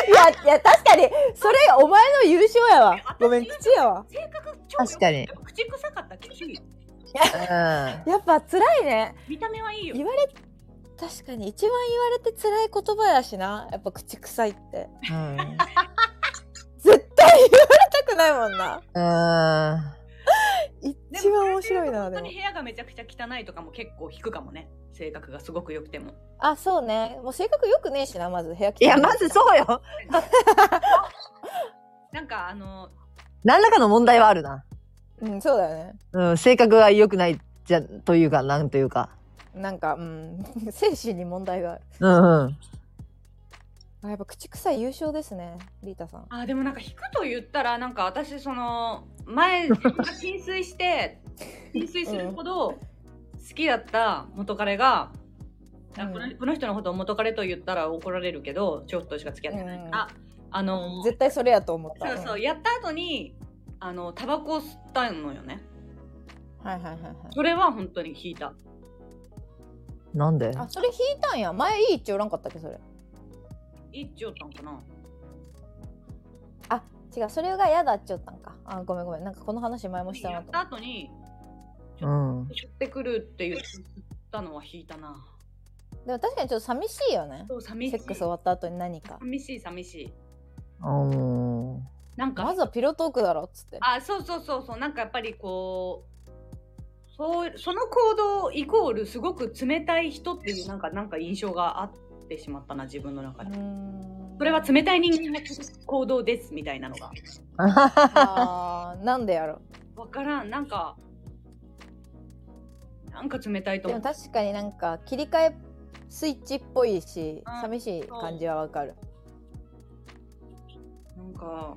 Speaker 2: いやいや確かにそれお前の優勝やわごめん口やわ
Speaker 1: 性格超良
Speaker 3: 確かに
Speaker 1: 口臭かったきつい
Speaker 3: うん。
Speaker 2: やっぱ辛いね
Speaker 1: 見た目はいいよ
Speaker 2: 言われ確かに一番言われて辛い言葉やしなやっぱ口臭いって
Speaker 3: うん。
Speaker 2: 絶対言われたくないもん
Speaker 3: う
Speaker 2: な
Speaker 3: ん。
Speaker 2: 一番面白いな
Speaker 1: 本
Speaker 2: で
Speaker 1: 当
Speaker 2: も
Speaker 1: に部屋がめちゃくちゃ汚いとかも結構引くかもね性格がすごく良くても
Speaker 2: あそうねもう性格良くねえしなまず部屋汚
Speaker 3: いや、まずそうよ。
Speaker 1: なんかあの
Speaker 3: 何らかの問題はあるな。
Speaker 2: うんそうだよね
Speaker 3: うん、性格が良くないじゃ、というか、なんというか。
Speaker 2: なんかうん <laughs> 精神に問題がある
Speaker 3: うんうん。
Speaker 2: あやっぱ口臭い優勝ですねリータさん
Speaker 1: あでもなんか引くと言ったらなんか私その前自分が浸水
Speaker 2: <laughs>
Speaker 1: して浸水するほど好きだった元彼が、
Speaker 2: うん
Speaker 1: このこの人のことを元彼と言ったら怒られるけどちょっとしか付き合ってないから、あの
Speaker 2: 絶対それやと思った
Speaker 1: そうそうやった後にあのタバコを吸ったのよね
Speaker 2: うんはいはいはいはい
Speaker 1: それは本当に引いた
Speaker 3: なんで
Speaker 2: あそれ引いたんや前いいっておらんかったっけそれ
Speaker 1: いいっちゃったんかな
Speaker 2: あ違うそれが嫌だっちゃったんかあごめんごめんなんかこの話前もした
Speaker 1: や
Speaker 2: な
Speaker 1: っ
Speaker 2: と
Speaker 1: た
Speaker 2: 思
Speaker 1: 後に
Speaker 3: うん。
Speaker 1: 吸ってくるって言ったのは引いたな
Speaker 2: うでも確かにちょっと寂しいよね
Speaker 1: そう寂し
Speaker 2: セ
Speaker 1: い
Speaker 2: ックス終わった後に何か
Speaker 1: 寂しい寂しい
Speaker 3: うん。
Speaker 1: なんか
Speaker 2: まずはピロトークだろっつって
Speaker 1: あそうそうそうそうなんかやっぱりこうそうその行動イコールすごく冷たい人っていうなんかなんか印象があってしまったな自分の中で。それは冷たい人間の行動ですみたいなのが。
Speaker 2: あーなんでやろ
Speaker 1: わからんなんかなんか冷たいうと
Speaker 2: で
Speaker 1: 思
Speaker 2: も
Speaker 1: う
Speaker 2: 確かになんか切り替えスイッチっぽいし
Speaker 1: うん
Speaker 2: 寂しい感じはわかる
Speaker 1: なんか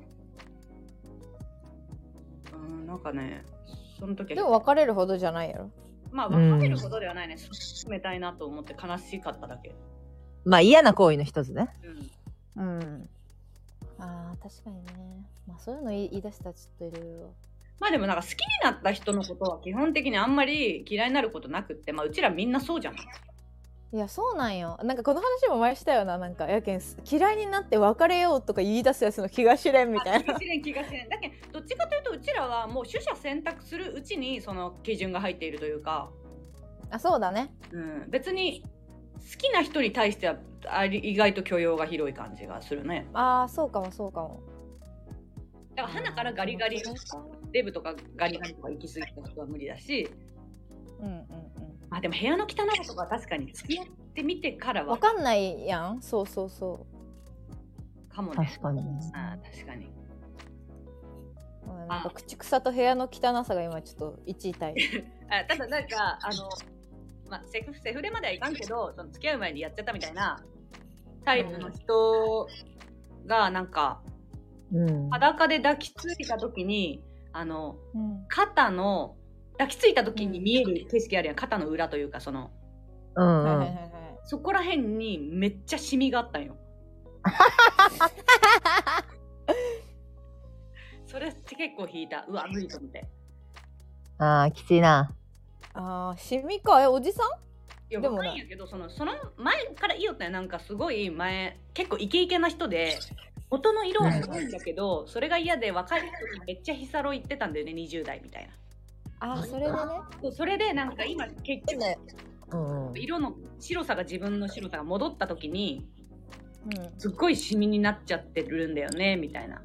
Speaker 1: うんなんかねその時
Speaker 2: で
Speaker 1: は
Speaker 2: も別れるほどじゃないやろ
Speaker 1: まあ
Speaker 3: うん
Speaker 1: 別れるほどではないね、冷たいなと思って悲しかっただけ、
Speaker 3: まあ嫌な行為の一つね。
Speaker 1: うん、
Speaker 3: うん。
Speaker 2: あー確かにねまあそういうの言い言い出したらちょっといろいろ
Speaker 1: まあでもなんか好きになった人のことは基本的にあんまり嫌いになることなくってまあうちらみんなそうじゃない
Speaker 2: いやそうなんよなんかこの話も前したよななんかやけんす嫌いになって別れようとか言い出すやつの気が知れんみたい
Speaker 1: 気
Speaker 2: な
Speaker 1: がしれん気がしれんだけどどっちかというとうちらはもう取捨選択するうちにその基準が入っているというか
Speaker 2: <laughs> あそうだね
Speaker 1: うん、別に好きな人に対してはあり意外と許容が広い感じがするね
Speaker 2: ああそうかもそうかも
Speaker 1: だから花からガリガリデブとかガリガリとか行き過ぎた人は無理だし
Speaker 2: うんうんうん
Speaker 1: まあでも部屋の汚いとかは確かに付き合ってみてからは
Speaker 2: 分かんないやんそうそうそ
Speaker 1: かもね
Speaker 3: 確かに。
Speaker 1: あー確かに
Speaker 2: ううんなんか口臭と部屋の汚さが今ちょっと1位タ
Speaker 1: <laughs>
Speaker 2: イ
Speaker 1: あただなんかあの、まあ、セフセフレまではいかんけどその付き合う前にやっちゃったみたいなタイプの人がなんか
Speaker 3: うん。
Speaker 1: 裸で抱きついた時にあの
Speaker 2: うん
Speaker 1: 肩の抱きついた時に見える景色あるやん肩の裏というかその
Speaker 3: う
Speaker 2: はい
Speaker 3: ん
Speaker 2: は
Speaker 3: う
Speaker 2: いはい
Speaker 3: ん。
Speaker 2: はい
Speaker 1: そこら辺にめっちゃシミがあったん
Speaker 2: <laughs>
Speaker 1: よそれって結構引いたうわ無理と思って
Speaker 3: ああ、きついな。
Speaker 2: あーシミかえおじさん
Speaker 1: いや
Speaker 2: で
Speaker 1: 分
Speaker 2: も
Speaker 1: か
Speaker 2: なん
Speaker 1: やけどそのその前からいいよってなんかすごい前結構イケイケな人で音の色はないんだけどそれが嫌で若い人にめっちゃヒサロ言ってたんだよね20代みたいな
Speaker 2: あーそれでね
Speaker 1: そうそれでなんか今結局
Speaker 3: うんうん。
Speaker 1: 色の白さが自分の白さが戻った時に
Speaker 2: うん
Speaker 1: すっごいシミになっちゃってるんだよねみたいな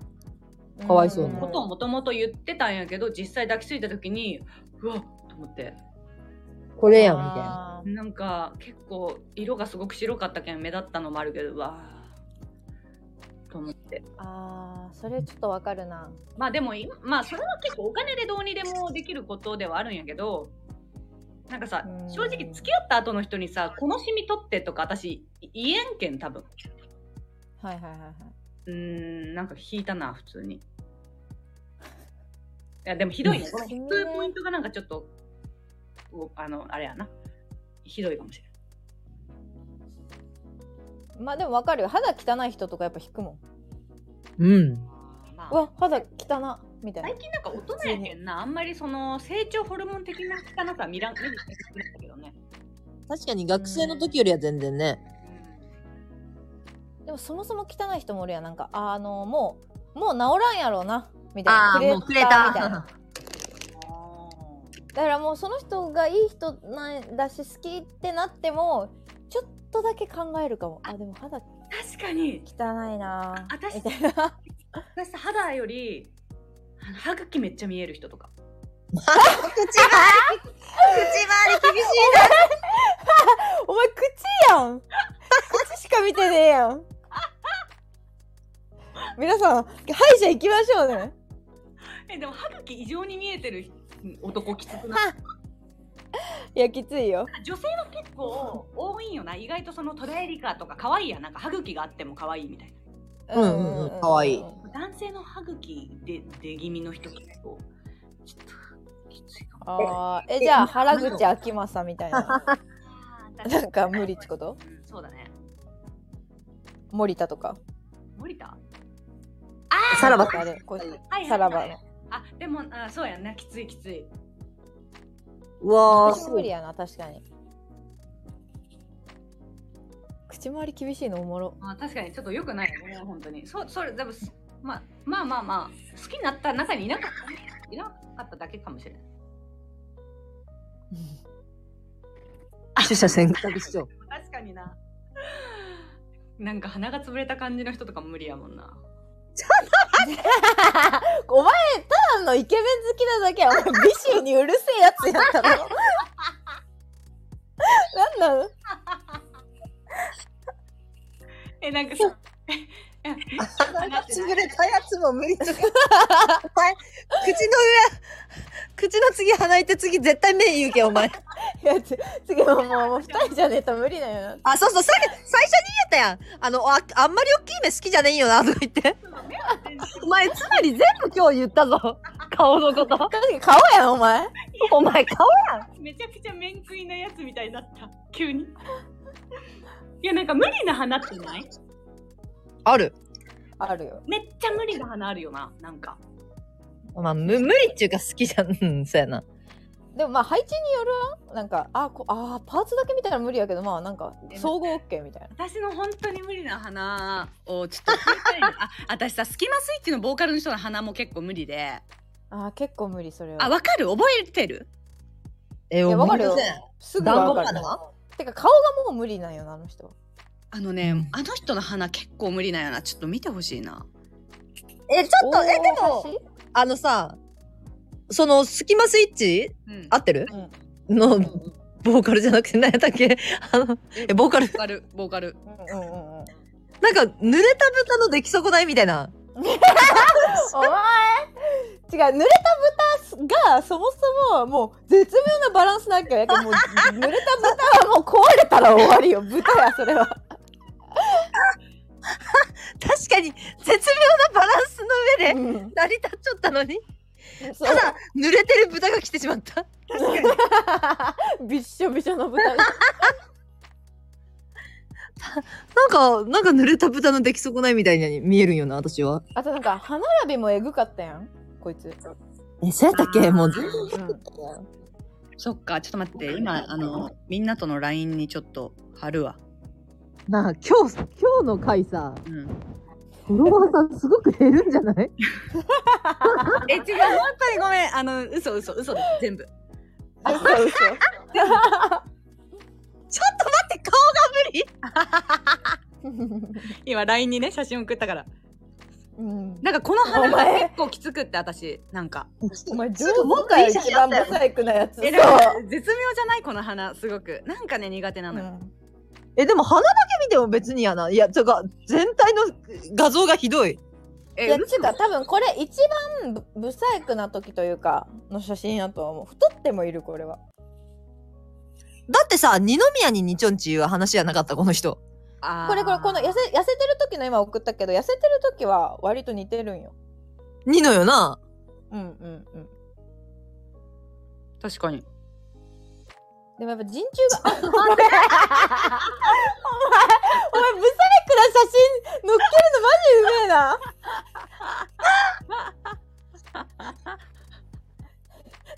Speaker 3: かわいそうに
Speaker 1: ことをもともと言ってたんやけど実際抱きついた時にうわっと思って
Speaker 3: これ
Speaker 2: い
Speaker 3: やん、みたいな。
Speaker 1: なんか結構色がすごく白かったけん目立ったのもあるけどうわーと思って
Speaker 2: あーそれちょっとわかるな
Speaker 1: まあでも今まあそれは結構お金でどうにでもできることではあるんやけどなんかさ
Speaker 2: うん
Speaker 1: 正直付き合った後の人にさ「このシミ取って」とか私言えんけん多分
Speaker 2: はいはいはいはいう
Speaker 1: ーんなんか引いたな普通にいやでもひどいねこの
Speaker 2: シミね
Speaker 1: そういうポイントがなんかちょっとおあのあれやなひどいかもしれない
Speaker 2: まあでもわかるよ肌汚い人とかやっぱ引くもん
Speaker 3: うん。
Speaker 1: ま
Speaker 2: うわ肌汚なみたいな
Speaker 1: 最近なんか大人やけんなあんまりその成長ホルモン的な汚さは見らん見る気がするんだけどね、
Speaker 3: 確かに学生の時よりは全然ね。
Speaker 2: でもそもそも汚い人もおるやんなんかああのもうもう治らんやろうなみたいな
Speaker 3: ああ、もうくれ
Speaker 2: みたい
Speaker 3: <laughs>
Speaker 2: な
Speaker 3: た。
Speaker 2: だからもうその人がいい人なんだし好きってなってもちょっとだけ考えるかもあでも肌汚
Speaker 1: 確かに
Speaker 2: いな
Speaker 1: あ私
Speaker 2: みたいな
Speaker 1: 私さ肌よりあの歯茎めっちゃ見える人とか
Speaker 3: 口周り口周り厳しいな。
Speaker 2: お前口やん口しか見てねえやん皆さん歯医者行きましょうね
Speaker 1: えでも歯茎異常に見えてる男きつくない
Speaker 2: いやきついよ
Speaker 1: 女性は結構多いんよな意外とそのトラエリカとか可愛いやんなんか歯茎があっても可愛いみたい
Speaker 3: うんうんうんかわいい
Speaker 1: な男性の歯茎で出気味の人結構ちょっときついかも
Speaker 2: あーえじゃあ原口あきまさみたいな
Speaker 1: あー
Speaker 2: なんか無理ってこと
Speaker 1: うんそうだね
Speaker 2: 森田とか
Speaker 1: 森田
Speaker 3: さらば。
Speaker 2: あれこう
Speaker 1: はいはい
Speaker 2: さらばの
Speaker 1: あでもあそうやんなきついきついう
Speaker 3: わ
Speaker 2: 私無理やな確かに口周り厳しいのおもろ
Speaker 1: まあ確かにちょっと良くないよね本当にそうそれでもすまあまあまあまあ好きになった中にいなかったねいなかっただけかもしれない
Speaker 3: 取捨選択しちゃう。
Speaker 1: 確かにななんか鼻が潰れた感じの人とかも無理やもんな
Speaker 2: <laughs> お前、ただのイケメン好きなだけや。お前、美醜にうるせえやつやったの。 <laughs> なんなの <laughs>
Speaker 1: え、なんかさ、
Speaker 3: 鼻が潰れたやつも無 <laughs> 理とかお前口の上口の次鼻いて次絶対目言うけんお前
Speaker 2: いや、つ次も
Speaker 3: <laughs>
Speaker 2: もう、もう二人じゃねえと無理だよな。
Speaker 3: あそうそうさ最初に言ったやんあのああんまり大きい目好きじゃねえよなとか言って
Speaker 4: お前、つまり全部今日言ったぞ。 <laughs> 顔のこと。
Speaker 2: 確かに顔やん、お前。
Speaker 4: お前、顔
Speaker 1: めちゃくちゃ面食いなやつみたいになった。急に。いや、なんか無理な花ってない
Speaker 3: ある
Speaker 2: あるよ。
Speaker 1: めっちゃ無理な花あるよな、なんか。
Speaker 4: まあ、む無理っていうか好きじゃん。うん、そうやな。
Speaker 2: でもまあ、配置によるわなんか、あ、こあー、パーツだけ見たら無理やけど、まあ、なんか、総合 OK みたいな。
Speaker 1: 私の本当に無理な花をちょっと聞いたいなあ、私さ、スキマスイッチのボーカルの人の花も結構無理で。
Speaker 2: あー、結構無理、それは。
Speaker 1: あ、わかる覚えてる
Speaker 4: え、
Speaker 2: いや、わかる
Speaker 4: 思い
Speaker 2: よ
Speaker 4: 出せん。
Speaker 2: すぐ
Speaker 4: 団
Speaker 2: わ
Speaker 4: 子
Speaker 2: か
Speaker 4: 花
Speaker 2: る。
Speaker 4: は
Speaker 2: てか、顔がもう無理なんよな、あの人。
Speaker 1: あのね、あの人の花結構無理なんやな。ちょっと見てほしいな。
Speaker 3: えちょっとえで
Speaker 2: 大
Speaker 3: もあのさそのスキマスイッチ
Speaker 1: うん
Speaker 3: 合ってる
Speaker 2: 橋
Speaker 3: のボーカルじゃなくて何やったっけあのえボーカル
Speaker 1: ボーカル、ボーカル。
Speaker 2: うんうんうんうん。
Speaker 3: なんか濡れた豚の出来損ないみたいな
Speaker 2: お前違う濡れた豚がそもそももう絶妙なバランスなわ
Speaker 3: <laughs>
Speaker 2: けよやけどもう濡れた豚はもう壊れたら終わりよ豚やそれ
Speaker 3: <laughs>
Speaker 2: は
Speaker 3: 確かに絶妙なバランスの上で
Speaker 2: うん
Speaker 3: 成り立っちゃったのに
Speaker 2: そ
Speaker 3: た
Speaker 2: う
Speaker 3: だ濡れてる豚が来てしまった
Speaker 2: <laughs> びっしょびしょの豚
Speaker 3: なんかなんか濡れた豚の出来損ないみたいに見えるんよな私は
Speaker 2: あとなんか歯並びもえぐかったやんこいつ、
Speaker 3: えそうやったっけもう全然
Speaker 2: うん、
Speaker 1: そっか、ちょっと待って。今、あの、みんなとの LINE にちょっと貼るわ。
Speaker 3: なあ今日今日の回さ
Speaker 1: うん。
Speaker 3: フォロワーさんすごく減るんじゃない
Speaker 1: え、違う、本当にごめん。あの、嘘嘘嘘です、全部。
Speaker 2: あそうそう
Speaker 3: <laughs> ちょっと待って顔
Speaker 1: 今、LINE にね、写真送ったから。
Speaker 2: <laughs> うん
Speaker 1: なんか、この花が
Speaker 2: お前
Speaker 1: 結構きつくって、私、なんか。
Speaker 2: お前上
Speaker 3: ちょっともっ
Speaker 2: 手
Speaker 3: と
Speaker 2: か
Speaker 3: い
Speaker 2: よ
Speaker 3: い写
Speaker 2: 一
Speaker 3: 真あっ
Speaker 2: 番
Speaker 3: たよ
Speaker 2: ブサイクなやつそう
Speaker 1: え、でも、絶妙じゃないこの花、すごく。なんかね、苦手なの
Speaker 2: う
Speaker 1: よ。
Speaker 2: ん
Speaker 3: えでも鼻だけ見ても別にやないやてか全体の画像がひどい
Speaker 2: い
Speaker 1: え、
Speaker 2: や
Speaker 1: う
Speaker 2: つうか多分これ一番ブブサイクな時というかの写真やとは思う太ってもいるこれは
Speaker 3: だってさ二宮に二ちょんちいう話じゃなかったこの人
Speaker 1: あー
Speaker 2: これこれこの痩せ痩せてる時の今送ったけど痩せてる時は割と似てるんよ。
Speaker 3: 二のよな
Speaker 2: うんうんうん。
Speaker 1: 確かに。
Speaker 2: でもやっぱ人中
Speaker 1: <laughs>
Speaker 2: がお前お前ブサイクな写真乗っけるのマジう
Speaker 1: <laughs>
Speaker 2: めえな。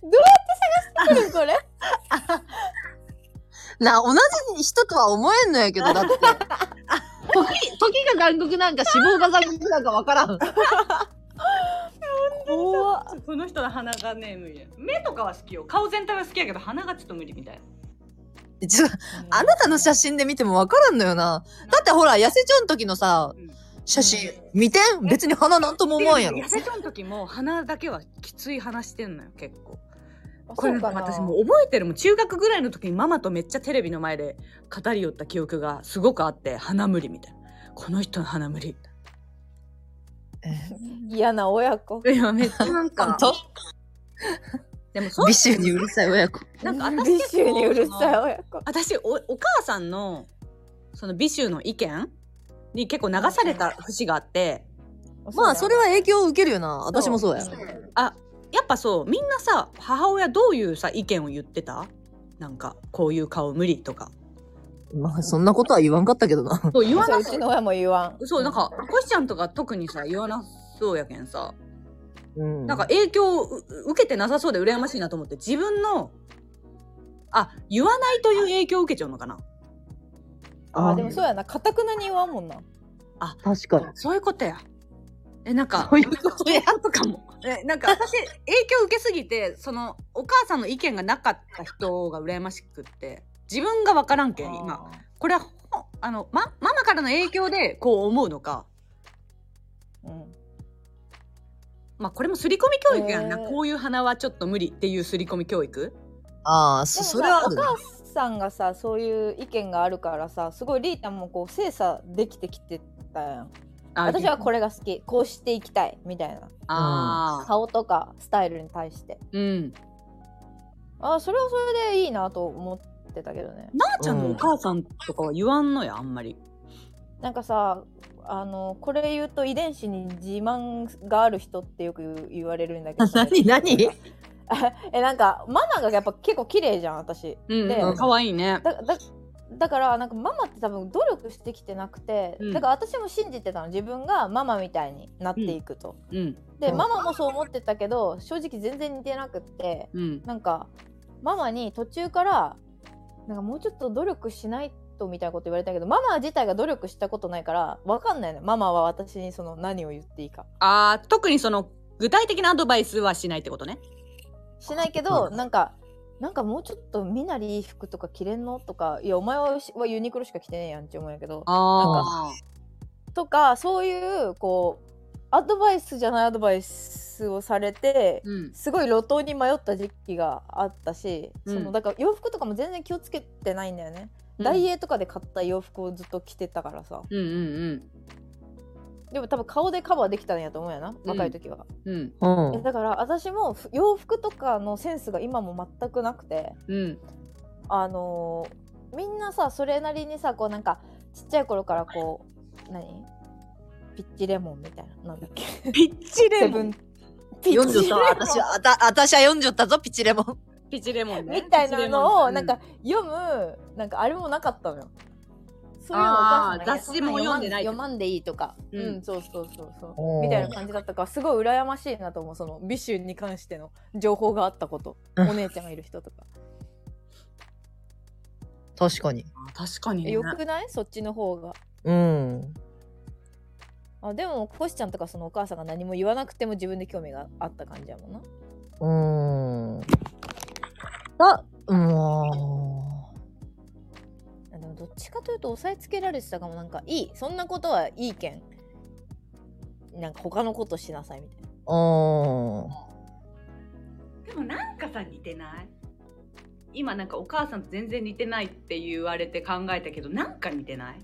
Speaker 2: どうやって探してくるんこれ。
Speaker 3: な同じ人とは思えんのやけどだって
Speaker 2: <laughs>
Speaker 3: 時時が残酷なんか死亡が残酷なんかわからん
Speaker 2: 怖っ
Speaker 1: この人の鼻がね、無理。目とかは好きよ。顔全体は好きやけど、鼻がちょっと無理みたい
Speaker 3: ちょあなたの写真で見てもわからんのよなだってほら痩せちゃう時のさ
Speaker 1: うん
Speaker 3: 写真見てん別に鼻なんとも
Speaker 1: な。
Speaker 3: 思わんやろ
Speaker 1: 痩せちゃう時も、鼻だけはきつい話してんのよ、結構。
Speaker 2: あ
Speaker 1: これ
Speaker 2: そうかな
Speaker 1: 私もう覚えてるもん中学ぐらいの時にママとめっちゃテレビの前で語り寄った記憶がすごくあって鼻無理みたいなこの人の鼻無理
Speaker 2: 嫌な親子。
Speaker 1: いやめっちゃなん
Speaker 3: ほん
Speaker 1: か
Speaker 3: と
Speaker 1: <laughs> でもそう
Speaker 3: 美醜にうるさい親子
Speaker 1: なんか私
Speaker 2: 美
Speaker 1: 結構
Speaker 2: 醜にうるさい親子。
Speaker 1: 私おお母さんのその美醜の意見に結構流された節があって
Speaker 3: まあそれは影響を受けるよな
Speaker 1: う
Speaker 3: 私もそうや
Speaker 1: あやっぱそうみんなさ母親どういうさ意見を言ってたなんかこういう顔無理とか
Speaker 3: まあそんなことは言わんかったけどな
Speaker 1: そう言わ
Speaker 2: そう
Speaker 1: な
Speaker 2: うちの親も言わん。
Speaker 1: そうなんかコシちゃんとか特にさ言わなそうやけんさ
Speaker 3: うん
Speaker 1: なんか影響をう受けてなさそうで羨ましいなと思って自分のあ言わないという影響を受けちゃうのかな
Speaker 2: あーでもそうやな、かたくなに言わんもんな。
Speaker 3: 確かに
Speaker 1: そういうことやえなんか
Speaker 3: そういうことや
Speaker 1: とかもえなんか私影響受けすぎてそのお母さんの意見がなかった人が羨ましくって自分が分からんけん今これはほあの、ま、ママからの影響でこう思うのか
Speaker 2: うん。
Speaker 1: まあこれも刷り込み教育やんな、
Speaker 2: えー
Speaker 1: こういう鼻はちょっと無理っていう刷り込み教育
Speaker 3: ああ、そ
Speaker 2: もさ
Speaker 3: それはあ
Speaker 2: お
Speaker 3: るね。
Speaker 2: 母さんがさそういう意見があるからさすごいリータもこう精査できてきてたやん
Speaker 1: あ
Speaker 2: 私はこれが好きこうしていきたいみたいな
Speaker 1: ああ
Speaker 2: 顔とかスタイルに対して
Speaker 1: うん
Speaker 2: あそれはそれでいいなと思ってたけどね
Speaker 1: なあちゃんのお母さんとかは言わんのやあん
Speaker 2: <laughs>
Speaker 1: まり
Speaker 2: なんかさあのこれ言うと遺伝子に自慢がある人ってよく言う言われるんだ
Speaker 1: <laughs>
Speaker 2: けど
Speaker 3: 何何
Speaker 2: えなんかママがやっぱ結構綺麗じゃん私
Speaker 1: うん
Speaker 2: で
Speaker 1: うんかわいいね
Speaker 2: だだだからなんかママって多分努力してきてなくて、
Speaker 1: うん
Speaker 2: だから私も信じてたの自分がママみたいになっていくと、
Speaker 1: うん
Speaker 2: で
Speaker 3: うん
Speaker 2: ママもそう思ってたけど正直全然似てなくって
Speaker 1: うん
Speaker 2: なんかママに途中からなんかもうちょっと努力しないとみたいなこと言われたけどママ自体が努力したことないから分かんないのママは私にその何を言っていいか
Speaker 1: ああ特にその具体的なアドバイスはしないってことね
Speaker 2: しないけどなんかなんかもうちょっとみなりいい服とか着れんのとかいやお前ははユニクロしか着てねえやんって思うんやけど
Speaker 1: ああ
Speaker 2: とかそういうこうアドバイスじゃないアドバイスをされて
Speaker 1: うん
Speaker 2: すごい路頭に迷った時期があったし、
Speaker 1: うん
Speaker 2: そのだから洋服とかも全然気をつけてないんだよね、ダイエーとかで買った洋服をずっと着てたからさ
Speaker 1: うんうん
Speaker 2: でも多分顔でカバーできたんやと思うやな若い時は、
Speaker 1: うんうん
Speaker 3: うん
Speaker 2: えだから私もふ洋服とかのセンスが今も全くなくて
Speaker 1: うん
Speaker 2: あのーみんなさそれなりにさこうなんかちっちゃい頃からこう何ピッチレモンみたいななんだっ
Speaker 1: <laughs>
Speaker 2: け
Speaker 1: ピッチレ
Speaker 2: セ
Speaker 1: モ
Speaker 2: ブ
Speaker 1: ン
Speaker 2: ンピ
Speaker 3: 読
Speaker 2: ッ
Speaker 3: んじゃっ
Speaker 2: チ
Speaker 3: た
Speaker 2: レモ
Speaker 3: わ
Speaker 2: ン
Speaker 3: 私はあた私は読んじゃったぞピチレモン
Speaker 1: ピッチレモンね
Speaker 2: みたいなの
Speaker 1: う
Speaker 2: をなんか読むなんかあれもなかったのよそういうのお
Speaker 1: あー
Speaker 2: 母さんが
Speaker 1: 雑誌も読んでない
Speaker 2: やそな読まんでいいとか
Speaker 1: う
Speaker 2: うんんそうそうそうそ
Speaker 3: お
Speaker 2: う
Speaker 3: ー
Speaker 2: みたいな感じだったからすごい羨ましいなと思うその美酒に関しての情報があったことお
Speaker 3: うん
Speaker 2: 姉ちゃんがいる人とか
Speaker 3: 確かに
Speaker 1: あ確かに
Speaker 2: え
Speaker 1: ね
Speaker 2: よく <laughs> ないそっちの方が
Speaker 3: うん
Speaker 2: あでもコシちゃんとかそのお母さんが何も言わなくても自分で興味があった感じやもんな
Speaker 3: うんあも
Speaker 2: あでもどっちかというと押さえつけられてたかもなんかいいそんなことはいいけんなんか他のことしなさいみたい
Speaker 3: うう
Speaker 2: な
Speaker 3: ん
Speaker 1: でもなんかさ似てない今なんかお母さんと全然似てないって言われて考えたけどなんか似てない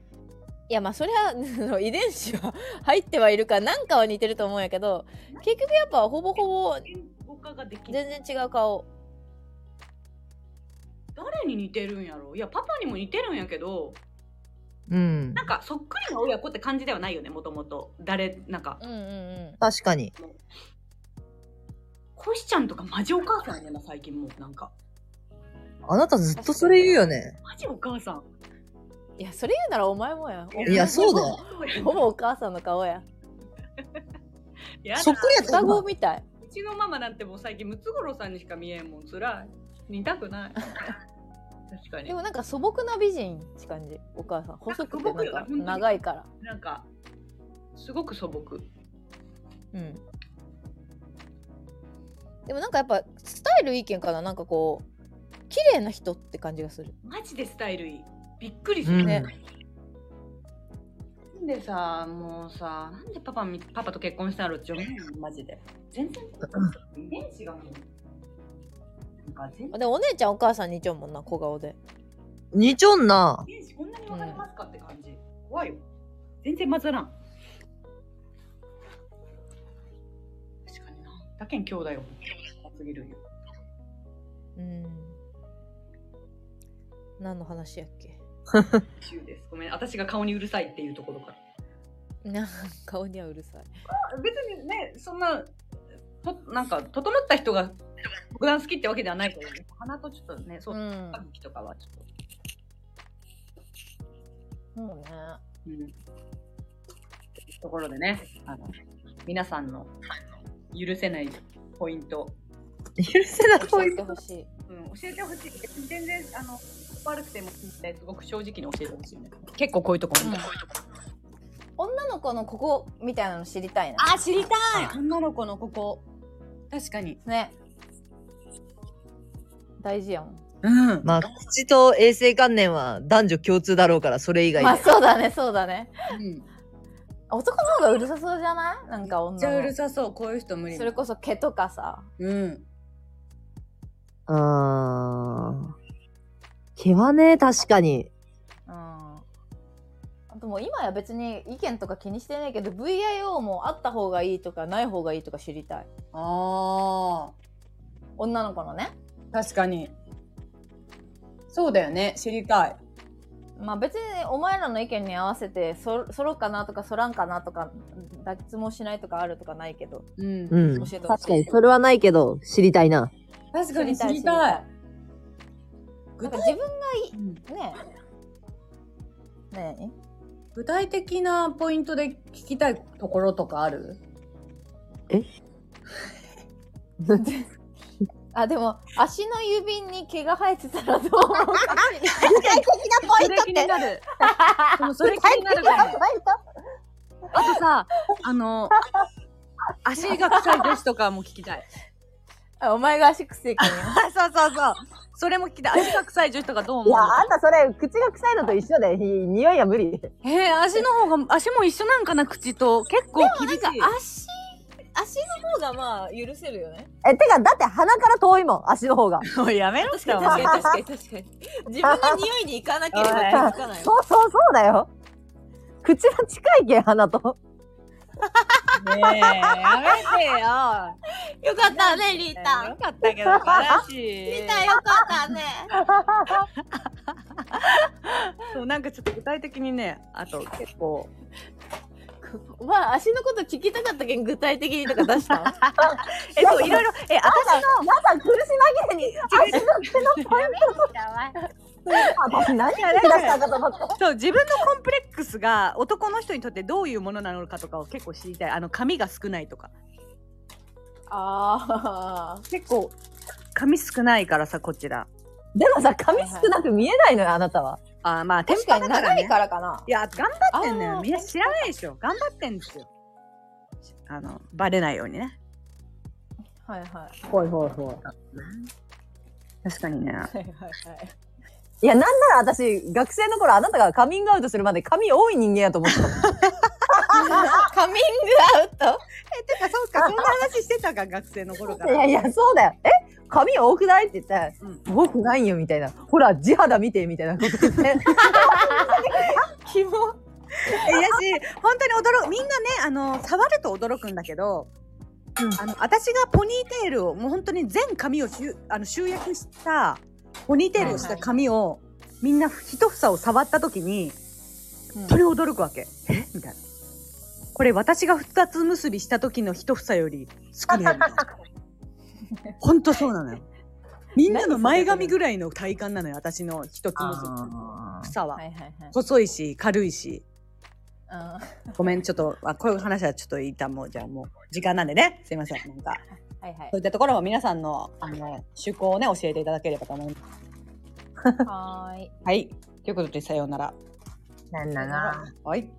Speaker 2: いやまあそれは <laughs> その遺伝子は入ってはいるからなんかは似てると思うんやけど結局やっぱほぼほぼ
Speaker 1: 言語化ができない
Speaker 2: 全然違う顔
Speaker 1: 誰に似てるんやろいやパパにも似てるんやけど
Speaker 3: うん
Speaker 1: なんかそっくりの親子って感じではないよねもともと誰なんか
Speaker 2: うんうんうん
Speaker 3: 確かに
Speaker 1: コシちゃんとかマジお母さんやな最近もうなんか
Speaker 3: あなたずっとそれ言うよね
Speaker 1: マジお母さん
Speaker 2: いやそれ言うならお前もや
Speaker 3: いやそうだよ
Speaker 2: ほぼお母さんの顔や
Speaker 1: <laughs> やだ
Speaker 3: そっくりやった
Speaker 2: 双
Speaker 3: よ
Speaker 2: 子
Speaker 3: 今
Speaker 2: みたいう
Speaker 1: ちのママなんてもう最近ムツゴロウさんにしか見えんもんつらい似たくない確かに
Speaker 2: でもなんか素朴な美人って感じお母さん細くて
Speaker 1: 素朴
Speaker 2: なん
Speaker 1: よな
Speaker 2: か
Speaker 1: 本当に
Speaker 2: 長いから
Speaker 1: なんかすごく素朴
Speaker 2: うんでもなんかやっぱスタイルいいけんかななんかこう綺麗な人って感じがする
Speaker 1: マジでスタイルいいびっくりするね、なんでさもうさなんでパパみパパと結婚したのって思うのマジで全然遺伝子がもうなんか全
Speaker 2: あ
Speaker 1: 然
Speaker 2: でもお姉ちゃんお母さんにちょんもんな小顔で
Speaker 3: 似ちょんな
Speaker 1: 遺伝子こんなに分かりますかって感じ、怖いよ全然混ざらん確かになだけん兄弟よ怖すぎるよ
Speaker 2: うん何の話やっけ
Speaker 1: 中ですごめん私が顔にうるさいっていうところから
Speaker 2: なんか顔にはうるさい
Speaker 1: 別にねそんなとなんか整った人が僕が好きってわけではないけど、ね、鼻とちょっとねそうう、
Speaker 2: ん
Speaker 1: 歯茎とかはちょっと、
Speaker 2: もう <laughs> ね
Speaker 1: うん、ところでねあの皆さんの許せないポイント、
Speaker 3: 許せない
Speaker 2: 教えてほしい
Speaker 1: うん、教えてほしい別に全然あの悪くてもいいんですごく正直に教えてほしいね結構こういうとこ
Speaker 2: うん女の子のここみたいなの知りたいな
Speaker 1: あ知りたい女の子のここ確かに
Speaker 2: ね大事やもん
Speaker 1: うん
Speaker 3: まあ口と衛生観念は男女共通だろうからそれ以外
Speaker 2: まあ
Speaker 3: で
Speaker 2: そうだねそうだね男の方がうるさそうじゃないなんか
Speaker 1: めっち
Speaker 2: 女
Speaker 1: ゃう
Speaker 2: の
Speaker 1: るさそうこういう人無理
Speaker 2: それこそ毛とかさ
Speaker 1: うん
Speaker 3: うーん。毛はね、確かに。
Speaker 2: うんあともう今や別に意見とか気にしてないけど VIO もあった方がいいとかない方がいいとか知りたい
Speaker 1: あ
Speaker 2: 女の子のね
Speaker 1: ー確かにそうだよね知りたい
Speaker 2: まあ別にお前らの意見に合わせてそ揃うかなとかそらんかなとか脱毛しないとかあるとかないけど
Speaker 1: うん
Speaker 3: うん。
Speaker 2: 教えてほしい
Speaker 3: 確かに、それはないけど、知りたいな。
Speaker 1: 確かに知
Speaker 2: 知
Speaker 1: り
Speaker 2: りた
Speaker 1: た
Speaker 2: い
Speaker 1: い
Speaker 2: な
Speaker 1: 具
Speaker 2: んか
Speaker 1: 体
Speaker 2: 自分
Speaker 1: うん
Speaker 2: ねえねえ
Speaker 1: 具体的なポイントで聞きたいところとかある
Speaker 2: あでも足の指に毛が生えてたらどう思う
Speaker 1: <laughs>
Speaker 5: あ具体的なポイントって。
Speaker 1: なる <laughs> でもそれ気になる
Speaker 3: <laughs>
Speaker 1: かもあと <laughs> さあの足が臭い女子とかも聞きたい
Speaker 2: あお前が足くせえけどね
Speaker 1: あそうそうそうそれも聞きたい足が臭い女子とかどう
Speaker 3: い
Speaker 1: 思
Speaker 3: や、
Speaker 1: う
Speaker 3: あんたそれ、口が臭いのと一緒で、ひ匂いは無理。
Speaker 1: えー、足の方が足も一緒なんかな口と結構厳しい
Speaker 2: 足足の方がまあ許せるよね
Speaker 3: え、てか、だって鼻から遠いもん、足の方が。
Speaker 1: もうやめろってお前
Speaker 2: 確かに確かに自分の匂いに行かなければ気づ <laughs> かない
Speaker 3: そうそうそうだよ。口が近いけん、鼻と。
Speaker 1: ねえや
Speaker 2: よかったねリ
Speaker 1: め
Speaker 2: ー
Speaker 1: てよよかった <laughs> けど悲
Speaker 5: <laughs>
Speaker 1: しい
Speaker 2: よかったね
Speaker 1: そうなんかちょっと具体的にねあと結構
Speaker 2: まあ足のこと聞きたかったけん具体的にとか出 <laughs> したの
Speaker 1: えそういろいろえあ
Speaker 3: まだ苦し紛れに、足の毛のポイント。私何やら出したかと思った。
Speaker 1: そう自分のコンプレックスが男の人にとってどういうものなのかとかを結構知りたいあの髪が少ないとか
Speaker 2: あ
Speaker 1: 結構髪少ないからさこちら
Speaker 3: でもさ、髪少なく見えないのよ、あなたは。
Speaker 1: あーまあ
Speaker 2: ー確か
Speaker 1: テ
Speaker 2: に
Speaker 1: ンパだ
Speaker 2: 長
Speaker 1: ね
Speaker 2: いからかない
Speaker 1: や頑張ってんの
Speaker 2: あ
Speaker 1: よ
Speaker 2: ー
Speaker 1: みんな知らないでしょ頑張ってんですよあのバレないようにね
Speaker 2: はいはいは
Speaker 3: ほいほいほい。
Speaker 1: 確かにね
Speaker 2: いはいはい
Speaker 3: いや、なんなら私、学生の頃あなたがカミングアウトするまで髪多い人間やと思ってた。
Speaker 2: <laughs> カミングアウ
Speaker 1: て
Speaker 2: ト
Speaker 1: かそうかそんな話してたか学生の頃か
Speaker 3: <laughs> い
Speaker 1: ら
Speaker 3: やいや、そうだよ。え髪多くないって言って、多くないよ、みたいな。ほら、地肌見て、み <laughs> たいなこと言って。
Speaker 2: キモ
Speaker 1: いやし本当に驚くみんなねあの触ると驚くんだけど、
Speaker 3: うん
Speaker 1: あの私がポニーテールをもう本当に全髪を集あの集約したポニーテールをした髪を、みんな一房を触った時に本当に驚くわけ、えみたいなこれ私が二つ結びした時の一房より少ないみ
Speaker 3: <laughs>
Speaker 1: たいな本当そうなのよみんなの前髪ぐらいの体感なのよ私の一つ結び草は、
Speaker 2: <laughs> はいはいはい
Speaker 1: 細いし軽いし
Speaker 2: うん
Speaker 1: ごめん、ちょっと、あ、こういう話はちょっと一旦もう、じゃあもう、時間なんでね。すいません。なんか、
Speaker 2: はいはい
Speaker 1: そういったところも皆さんの、あの、趣向をね、教えていただければと思います。
Speaker 2: はーい
Speaker 1: はい。ということで、さようなら。
Speaker 3: なんだ
Speaker 2: な
Speaker 3: な。
Speaker 1: はい。